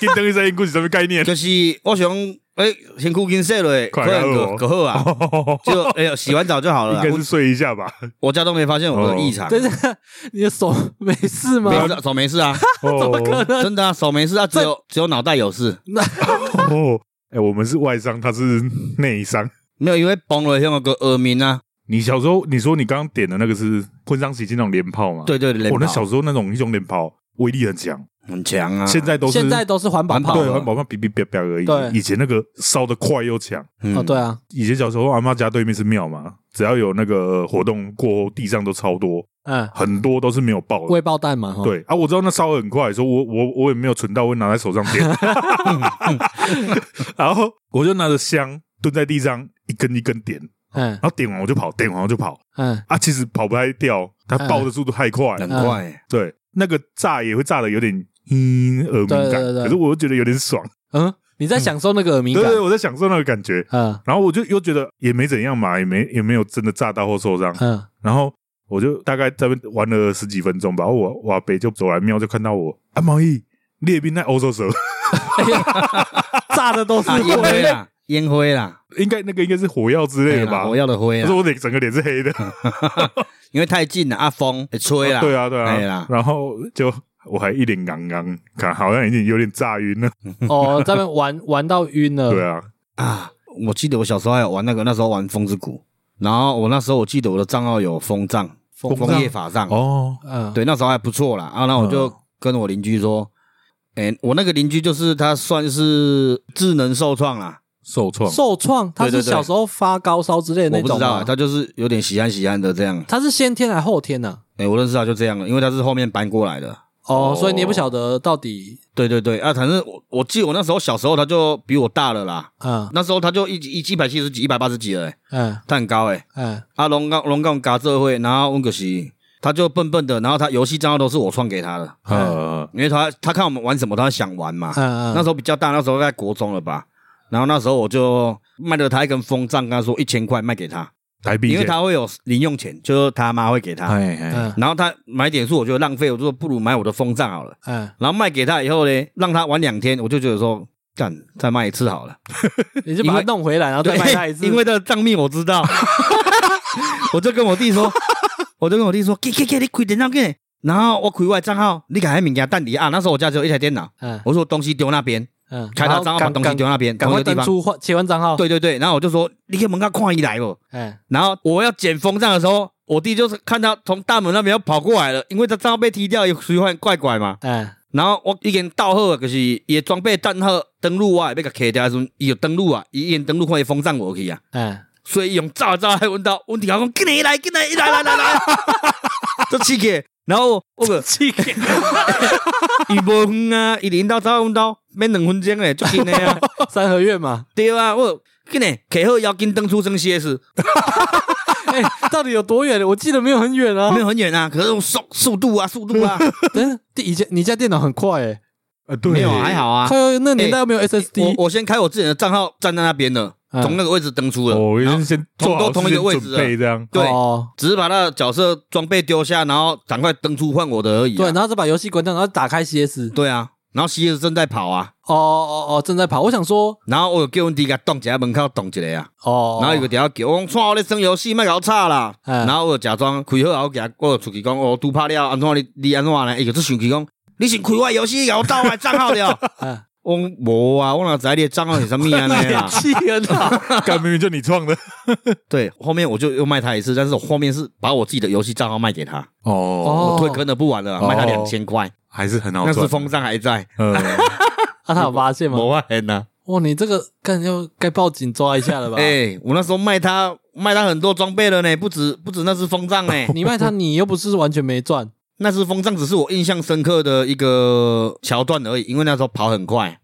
S2: 跟灯一声音故事什么概 念？
S3: 就是我想哎，先哭跟睡了，
S2: 快
S3: 可能
S2: 点
S3: 可
S2: 哦
S3: 可好啊， 就哎呦洗完澡就好了
S1: 啊
S2: 应
S3: 啦
S2: 该，
S3: 我
S2: 是哦睡一 下吧。
S3: 我家都没发现我的异常，
S1: 等一下，你的手没事吗？
S3: 没事手没事啊，
S2: 哦
S3: 真的啊，手没事啊，只有只有脑袋有事，
S2: 哦，哎，我们是外伤，他是内伤。
S3: 没有因为崩了像个耳鸣啊，
S2: 你小时候，你说你刚刚点的那个是婚丧喜庆那种连炮吗？
S3: 对对，
S2: 哦，
S3: 我
S2: 我那小时候那种一种连炮威力很强，
S3: 很强啊，
S2: 现在都是
S1: 现在都是环保
S3: 环
S1: 炮
S2: 对
S1: 了
S2: 环保棒哔哔哔哔而
S1: 对
S2: 已。以前那个烧的快又强，
S3: 嗯
S1: 哦，对啊，
S2: 以前小时候阿妈家对面是庙嘛，只要有那个活动过后，地上都超多，
S1: 嗯，
S2: 很多都是没有爆的。
S1: 未爆弹嘛，哈，哦
S2: 对啊，我知道那烧得很快，所以我我我也没有存到，我拿在手上点， 然后我就拿着香蹲在地上一根一根点，
S1: 嗯
S2: 然后点完我就跑，点完我就跑
S1: 嗯，
S2: 啊，其实跑不太掉，它
S1: 嗯
S2: 爆的速度太快，
S3: 很快，欸
S2: 对，那个炸也会炸的有点嗯耳鸣感，
S1: 对对对
S2: 可是我又觉得有点爽，
S1: 嗯，你在享受那个耳鸣
S2: 对
S1: 感，
S2: 对，我在享受那个感觉，
S1: 嗯
S2: 然后我就又觉得也没怎样嘛，也没也没有真的炸到或受伤，
S1: 嗯，
S2: 然后我就大概在那边玩了十几分钟吧，我我阿北就走来瞄，就看到我啊，毛毅列兵在欧洲蛇，
S1: 炸的都是
S3: 啊烟灰
S1: 灰，
S3: 啦，烟灰啦，
S2: 应该那个应该是火药之类的
S3: 哎
S2: 吧
S3: 啦？我要的灰
S2: 可
S3: 啦
S2: 是，我脸整个脸是黑的，
S3: 因为太近了啊，风会吹啦，
S2: 对啊对
S3: 哎
S2: 啊
S3: 啦，
S2: 然后就我还一脸刚刚，看好像已经有点炸晕了，
S1: 哦，在那边玩 玩到晕
S3: 嗯
S1: 了，
S2: 对啊，
S3: 啊，我记得我小时候还有玩那个，那时候玩风之谷，然后我那时候我记得我的账号有风杖、
S1: 风
S3: 枫叶法杖，
S2: 哦，嗯
S1: 嗯，
S3: 对，那时候还不错啦。啊，那我就跟我邻居说，哎、我那个邻居就是他算是智能受创啦，
S2: 受创
S1: 受创，他
S3: 对
S1: 是
S3: 对对
S1: 小时候发高烧之类的那
S3: 我不知
S1: 种
S3: 道啊，
S1: 吗，
S3: 他就是有点喜憨喜憨的这样。
S1: 他是先天还后天呢？
S3: 哎、我认识他就这样了，因为他是后面搬过来的。
S1: 哦
S2: 哦，
S1: 所以你也不晓得到底，
S3: 对对对，啊，反正我我记得我那时候小时候他就比我大了啦，
S1: 嗯
S3: 那时候他就一一一百七十几、一百八十几了、欸，
S1: 嗯
S3: 他很高哎、
S1: 嗯，
S3: 啊，龙杠龙杠嘎这会，然后温可惜，他就笨笨的，然后他游戏账号都是我创给他的，
S2: 呃，
S3: 因为他他看我们玩什么，他想玩嘛。
S1: 嗯嗯
S3: 那时候比较大，那时候在国中了吧，然后那时候我就卖了他一根风杖，跟他说一千块卖给他，
S2: 台币，
S3: 哎因为他会有零用钱，就是他妈会给他，
S2: 哎哎，
S1: 嗯
S3: 然后他买点数我就浪费，我就说不如买我的风杖好了，
S1: 嗯，
S3: 然后卖给他以后呢，让他玩两天，我就觉得说干再卖一次好了。
S1: 你就把
S3: 因
S1: 它
S3: 为
S1: 弄回来，然后再
S3: 哦对，
S1: 卖他一次，
S3: 因为他的账密我知 道，我就跟我弟说， 我就跟我弟说，给给给你开电脑给，然后我开我的账号，你改名给他蛋底啊。那时候我家只有一台电脑，
S1: 嗯
S3: 我说东西丢那边，
S1: 嗯，
S3: 开
S1: 然
S3: 他
S1: 后
S3: 账号把
S1: 赶
S3: 东西丢那边，
S1: 赶赶快
S3: 同一个
S1: 登
S3: 地方。
S1: 出换切换账号，
S3: 对对对，然后我就说，你给门口看一来不？
S1: 嗯，
S3: 然后我要捡风扇的时候，我弟就是看他从大门那边要跑过来了，因为他账号被踢掉，有谁换怪怪嘛。
S1: 嗯
S3: 然后我已经到好了，就是伊的装备等好登录啊，要甲摕掉的时阵，伊就登录啊，伊已经登录看伊风扇我去啊。
S1: 嗯，
S3: 所以用炸炸还闻到，温迪豪讲跟你来，跟你来来来来， 这气个。然后我 个
S1: 气
S3: 伊无远啊，伊领到早阮兜免两分钟诶，最近诶 啊，
S1: 三合院嘛，
S3: 对啊，我跟你客好要跟登出生 CS，
S1: 哎，到底有多远？我记得没有很远啊
S3: 没。有很远啊，可是速速度啊，速度啊，
S1: 等一下第以前你家电脑很快哎，
S2: 呃，对，
S3: 没有 还好啊
S1: 快。要那个年代又没有
S3: 我
S1: SSD，
S3: 我先开我自己的账号，站在那边了，
S1: 嗯
S3: 从那个位置登出了，
S2: 我
S3: 然
S2: 先
S3: 后
S2: 先做好
S3: 都同一
S2: 事
S3: 个位
S2: 先
S3: 置啊
S2: 准备这 样，
S3: 对，
S1: 哦
S3: 只是把那个角色装备丢下，然后赶快登出换我的而已啊。
S1: 对，然后再把游戏关掉，然后打开 CS，
S3: 对啊，然后 CS 正在跑啊，
S1: 哦哦哦，正在跑。我想说，
S3: 然后我有叫阮弟甲挡一下门口挡一个啊，
S1: 哦，
S3: 然后有个条叫我讲，创我咧耍游戏，莫搞吵啦。
S1: 嗯
S3: 然后我就假装开好后，我行，我就出去讲，哦，拄拍了，安怎你你安怎呢？伊就只想起讲，哦你是开我的游戏，搞盗我的账号了。
S1: 嗯
S3: 我讲无啊，我哪知你的账号是啥物 安尼啦？
S1: 气很好，
S2: 干明明就你创的
S3: 对，后面我就又卖他一次，但是我后面是把我自己的游戏账号卖给他，
S2: 哦，
S1: 哦
S3: 我退坑的不玩了啊，
S2: 哦
S3: 卖他两千块，
S2: 还是很好
S3: 那
S2: 赚，
S3: 是风扇还在，
S2: 呃，
S1: 啊，他有发现吗？
S3: 无法很呐。
S1: 哇，你这个干要该报警抓一下了吧？
S3: 哎，我那时候卖他卖他很多装备了呢，不止不止那只风扇呢。
S1: 你卖他，你又不是完全没赚，
S3: 那次风筝只是我印象深刻的一个桥段而已，因为那时候跑很 快，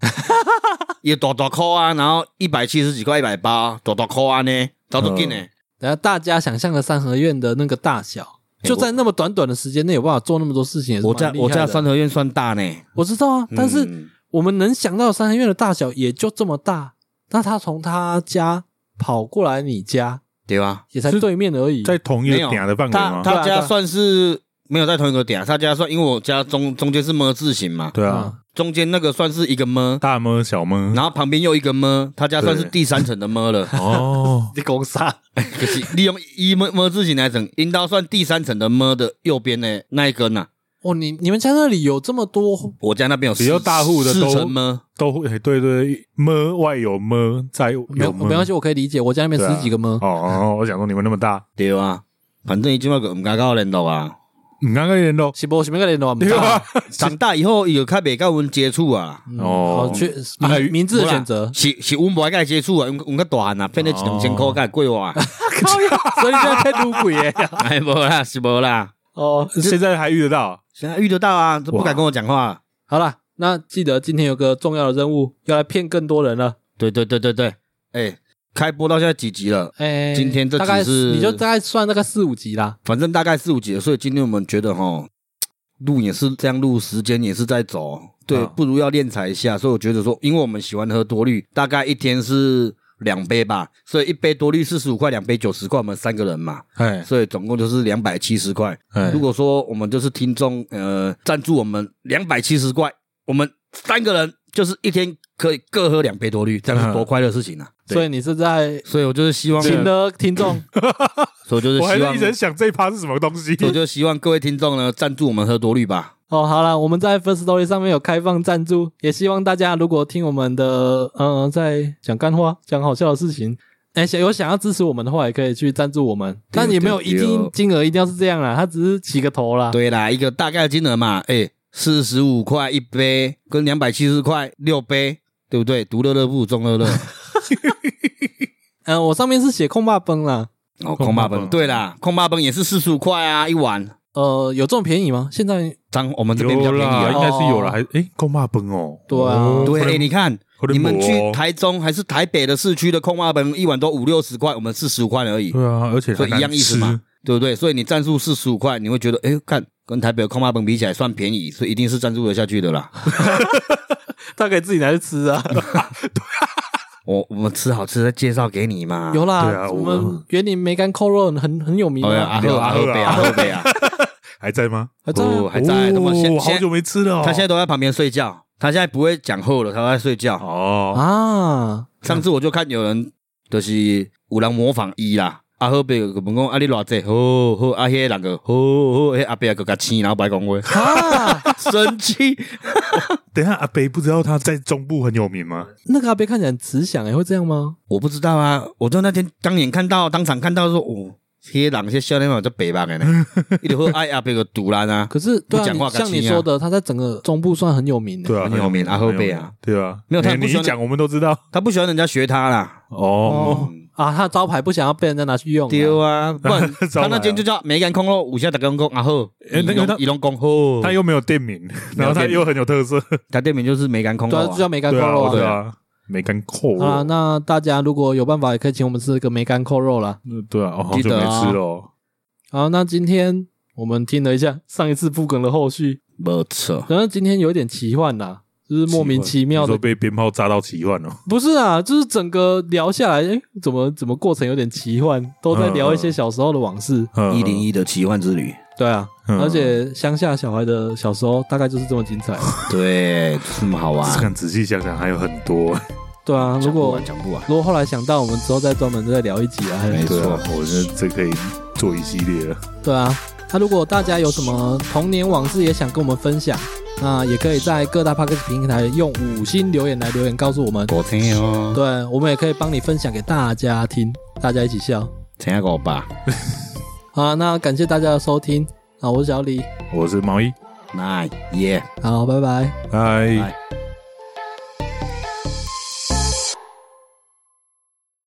S3: 也大大扣啊，然后一百七十几块，一百八，大大扣啊呢，走得紧呢。
S1: 然后大家想象的三合院的那个大小，
S3: 哎
S1: 就在那么短短的时间内有办法做那么多事情，也是
S3: 我
S1: 蛮
S3: 家
S1: 厉害
S3: 我
S1: 的
S3: 家三合院算大呢，
S1: 我知道啊，但是
S3: 嗯
S1: 我们能想到三合院的大小也就这么大。那他从他家跑过来你家，
S3: 对吧？
S1: 也才对面而已。
S2: 在同一个
S3: 没有
S2: 点的范围
S3: 他
S2: 吗？
S1: 对啊
S3: 他
S1: 对啊
S3: 家算是没有在同一个点啊，他家算因为我家中中间是么字形嘛，
S2: 对啊，
S1: 啊，，
S3: 中间那个算是一个么，
S2: 大么小么
S3: 然后旁边又一个么，他家算是
S2: 对，
S3: 第三层的么了
S2: 哦
S1: 你攻杀，
S3: 就是利用一么么字形来整，应当算第三层的么的右边的那一根呐、啊。
S1: 哦，你你们家那里有这么多
S3: 我家那边有
S2: 比较
S3: 四
S2: 大户的
S3: 四
S2: 都
S3: 层么，
S2: 都会哎对对么外有么在有
S1: 没有
S2: 么
S1: 没关系，我可以理解。我家那边
S2: 对啊
S1: 十几个么
S2: 哦，哦，我想说你们那么大，
S3: 对啊，反正一句话个唔敢搞联络 啊。
S2: 你刚刚人都
S1: 是不？什么个联络不知
S2: 对啊
S1: 道
S2: 吧？
S3: 长大以后有较袂甲阮接触啊，
S1: 嗯
S2: 哦
S1: 好，确
S3: 啊，
S1: 明明智的选择
S3: 是是阮无爱甲伊接触啊，阮阮较大汉啊，变得一两千箍甲会过我啊，
S1: 所以现在太赌鬼 耶。
S2: 哦
S3: 哎无啦是无啦，
S1: 哦，
S2: 现在还遇得到，
S3: 现在遇得到啊，都不敢跟我讲话。
S1: 好啦，那记得今天有个重要的任务，要来骗更多人了。
S3: 对对对对对，哎，开播到现在几集了？
S1: 哎，
S3: 今天这
S1: 大概
S3: 只是
S1: 你就大概算大概四五集啦。
S3: 反正大概四五集了，所以今天我们觉得哈，录也是这样录，时间也是在走，对，
S2: 啊
S3: 不如要练才一下。所以我觉得说，因为我们喜欢喝多绿，大概一天是两杯吧，所以一杯多绿四十五块，两杯九十块，我们三个人嘛，
S2: 哎
S3: 所以总共就是两百七十块。
S2: 哎
S3: 如果说我们就是听众，呃，赞助我们两百七十块，我们三个人就是一天可以各喝两杯多绿，这样是多快乐的事情啊！
S1: 所
S3: 以，
S1: 以你是在
S3: 所以我就是
S2: 啊
S3: 希望，所
S1: 请的听众，
S3: 以我就是
S2: 我还
S3: 希
S2: 是
S3: 望
S2: 一，直在想这一趴是什么东西，
S3: 所以我就希望各位听众呢赞助我们喝多绿吧。
S1: 哦，好啦，我们在 First Story 上面有开放赞助，也希望大家如果听我们的，嗯、在讲干话、讲好笑的事情，哎、想有想要支持我们的话，也可以去赞助我们，但也没有一
S3: 对
S1: 定
S3: 哦
S1: 金额一定要是这样啦，它只是起个头啦。
S3: 对啦，一个大概金额嘛，哎、四十五块一杯，跟两百七十块六杯，对不对？独乐乐不如 众乐乐，
S1: 嗯、我上面是写控霸崩啦，
S3: 哦，空霸崩，对啦，空霸崩也是四十五块啊，一碗。
S1: 呃，有这么便宜吗？现在
S3: 张，我们这边比较
S2: 有
S3: 便宜
S2: 啦，应
S3: 啊。
S2: 该是有了，还哎够骂崩哦，
S1: 对啊
S2: 哦
S3: 对，
S2: 可
S3: 哎、
S2: 能
S3: 你看，
S2: 可能
S3: 你们
S2: 没
S3: 去
S2: 哦
S3: 台中还是台北的市区的空霸崩，一碗都五六十块，我们四十五块而已，
S2: 对啊，而且
S3: 所以
S2: 很
S3: 一样
S2: 难
S3: 意思
S2: 吃
S3: 嘛，对不对？所以你赞助四十五块，你会觉得，哎、看跟台北的空霸崩比起来算便宜，所以一定是赞助得下去的啦。
S1: 他可以自己拿去吃啊。
S3: 我我们吃好吃的介绍给你嘛。
S1: 有啦，
S2: 对啊
S1: 我
S2: 我
S1: 们园林梅干扣肉很很有名
S3: 哦呀，
S1: 啊
S3: 阿。赫阿赫贝阿赫贝啊，
S2: 还在吗？
S1: 啊真的
S3: 哦，还在，那么现
S2: 哦好
S3: 现
S2: 久没吃了哦，
S3: 他现在都在旁边睡觉，他现在不会讲后了，他都在睡觉。
S2: 哦，
S1: 啊，
S3: 上次我就看有人就是有人模仿伊啦，阿好伯就问讲啊你偌济，好好啊迄两个人就，好好迄阿伯个甲青，然后白讲话，
S1: 啊，
S3: 生气。
S2: 等一下阿北不知道他在中部很有名吗？
S1: 那个阿伯看起来很慈祥哎、会这样吗？
S3: 我不知道啊，我就那天当眼看到，当场看到说，哦，迄人迄少年嘛就白目的呢，伊就好爱阿伯个堵烂啊，
S1: 可是对
S3: 不
S1: 啊，
S3: 讲
S1: 你
S3: 话
S1: 像你
S3: 感情啊
S1: 说的，他在整个中部算很有名的、
S2: 对啊，
S3: 很有名阿赫贝啊
S2: 很有名，对啊，
S3: 没有他
S2: 你
S3: 不
S2: 你
S3: 喜欢
S2: 一讲我们都知道
S3: 他不喜欢人家学他啦。
S2: 哦，
S1: 哦啊，他的招牌不想要被人家拿去用、啊。
S3: 丢啊，不然
S2: 招
S3: 他
S2: 来
S3: 那间就叫梅干空肉，五下打工工啊后，
S2: 诶那个他
S3: 伊龙工后，
S2: 他又没有店名，然后他又很有特色，
S3: 他店名就是梅干空肉
S1: 对啊，
S3: 啊
S1: 就，叫梅干扣
S2: 对啊哦
S1: 肉啊。
S2: 对啊，没干扣
S1: 好啦，那大家如果有办法，也可以请我们吃个梅干扣肉啦。
S2: 嗯对啊，哦，好
S3: 记
S2: 久
S3: 得
S2: 没
S3: 啊
S2: 吃了哦，
S1: 好，那今天我们听了一下上一次不梗的后续，
S3: 没错，
S1: 然后今天有一点奇幻啦，就是莫名其妙
S2: 都
S1: 的，
S2: 被鞭炮炸到奇幻 哦，
S1: 不是啊，就是整个聊下来，哎，怎么怎么过程有点奇幻，都在聊一些小时候的往事。
S3: 一零一的奇幻之旅，
S1: 对啊，
S2: 嗯
S1: 而且乡下小孩的小时候大概就是这么精彩。
S3: 对，就是这么好 玩，
S2: 看仔细想想还有很多，
S1: 对啊，如
S3: 讲不
S1: 果
S3: 完讲不完，
S1: 如果后来想到，我们之后再专门再聊一集啊。还有
S3: 没
S2: 对
S3: 错
S2: 啊，，我觉得这可以做一系列了，
S1: 对啊，那如果大家有什么童年往事也想跟我们分享，那也可以在各大 p o d c a s 平台用五星留言来留言告诉我们。
S3: 五千哦，
S1: 对，我们也可以帮你分享给大家听，大家一起笑。
S3: 千啊五百，
S1: 好啊，那感谢大家的收听啊，我是小李，
S2: 我是毛衣，
S3: 那耶。
S1: 好，拜拜。
S2: 嗨
S3: 拜。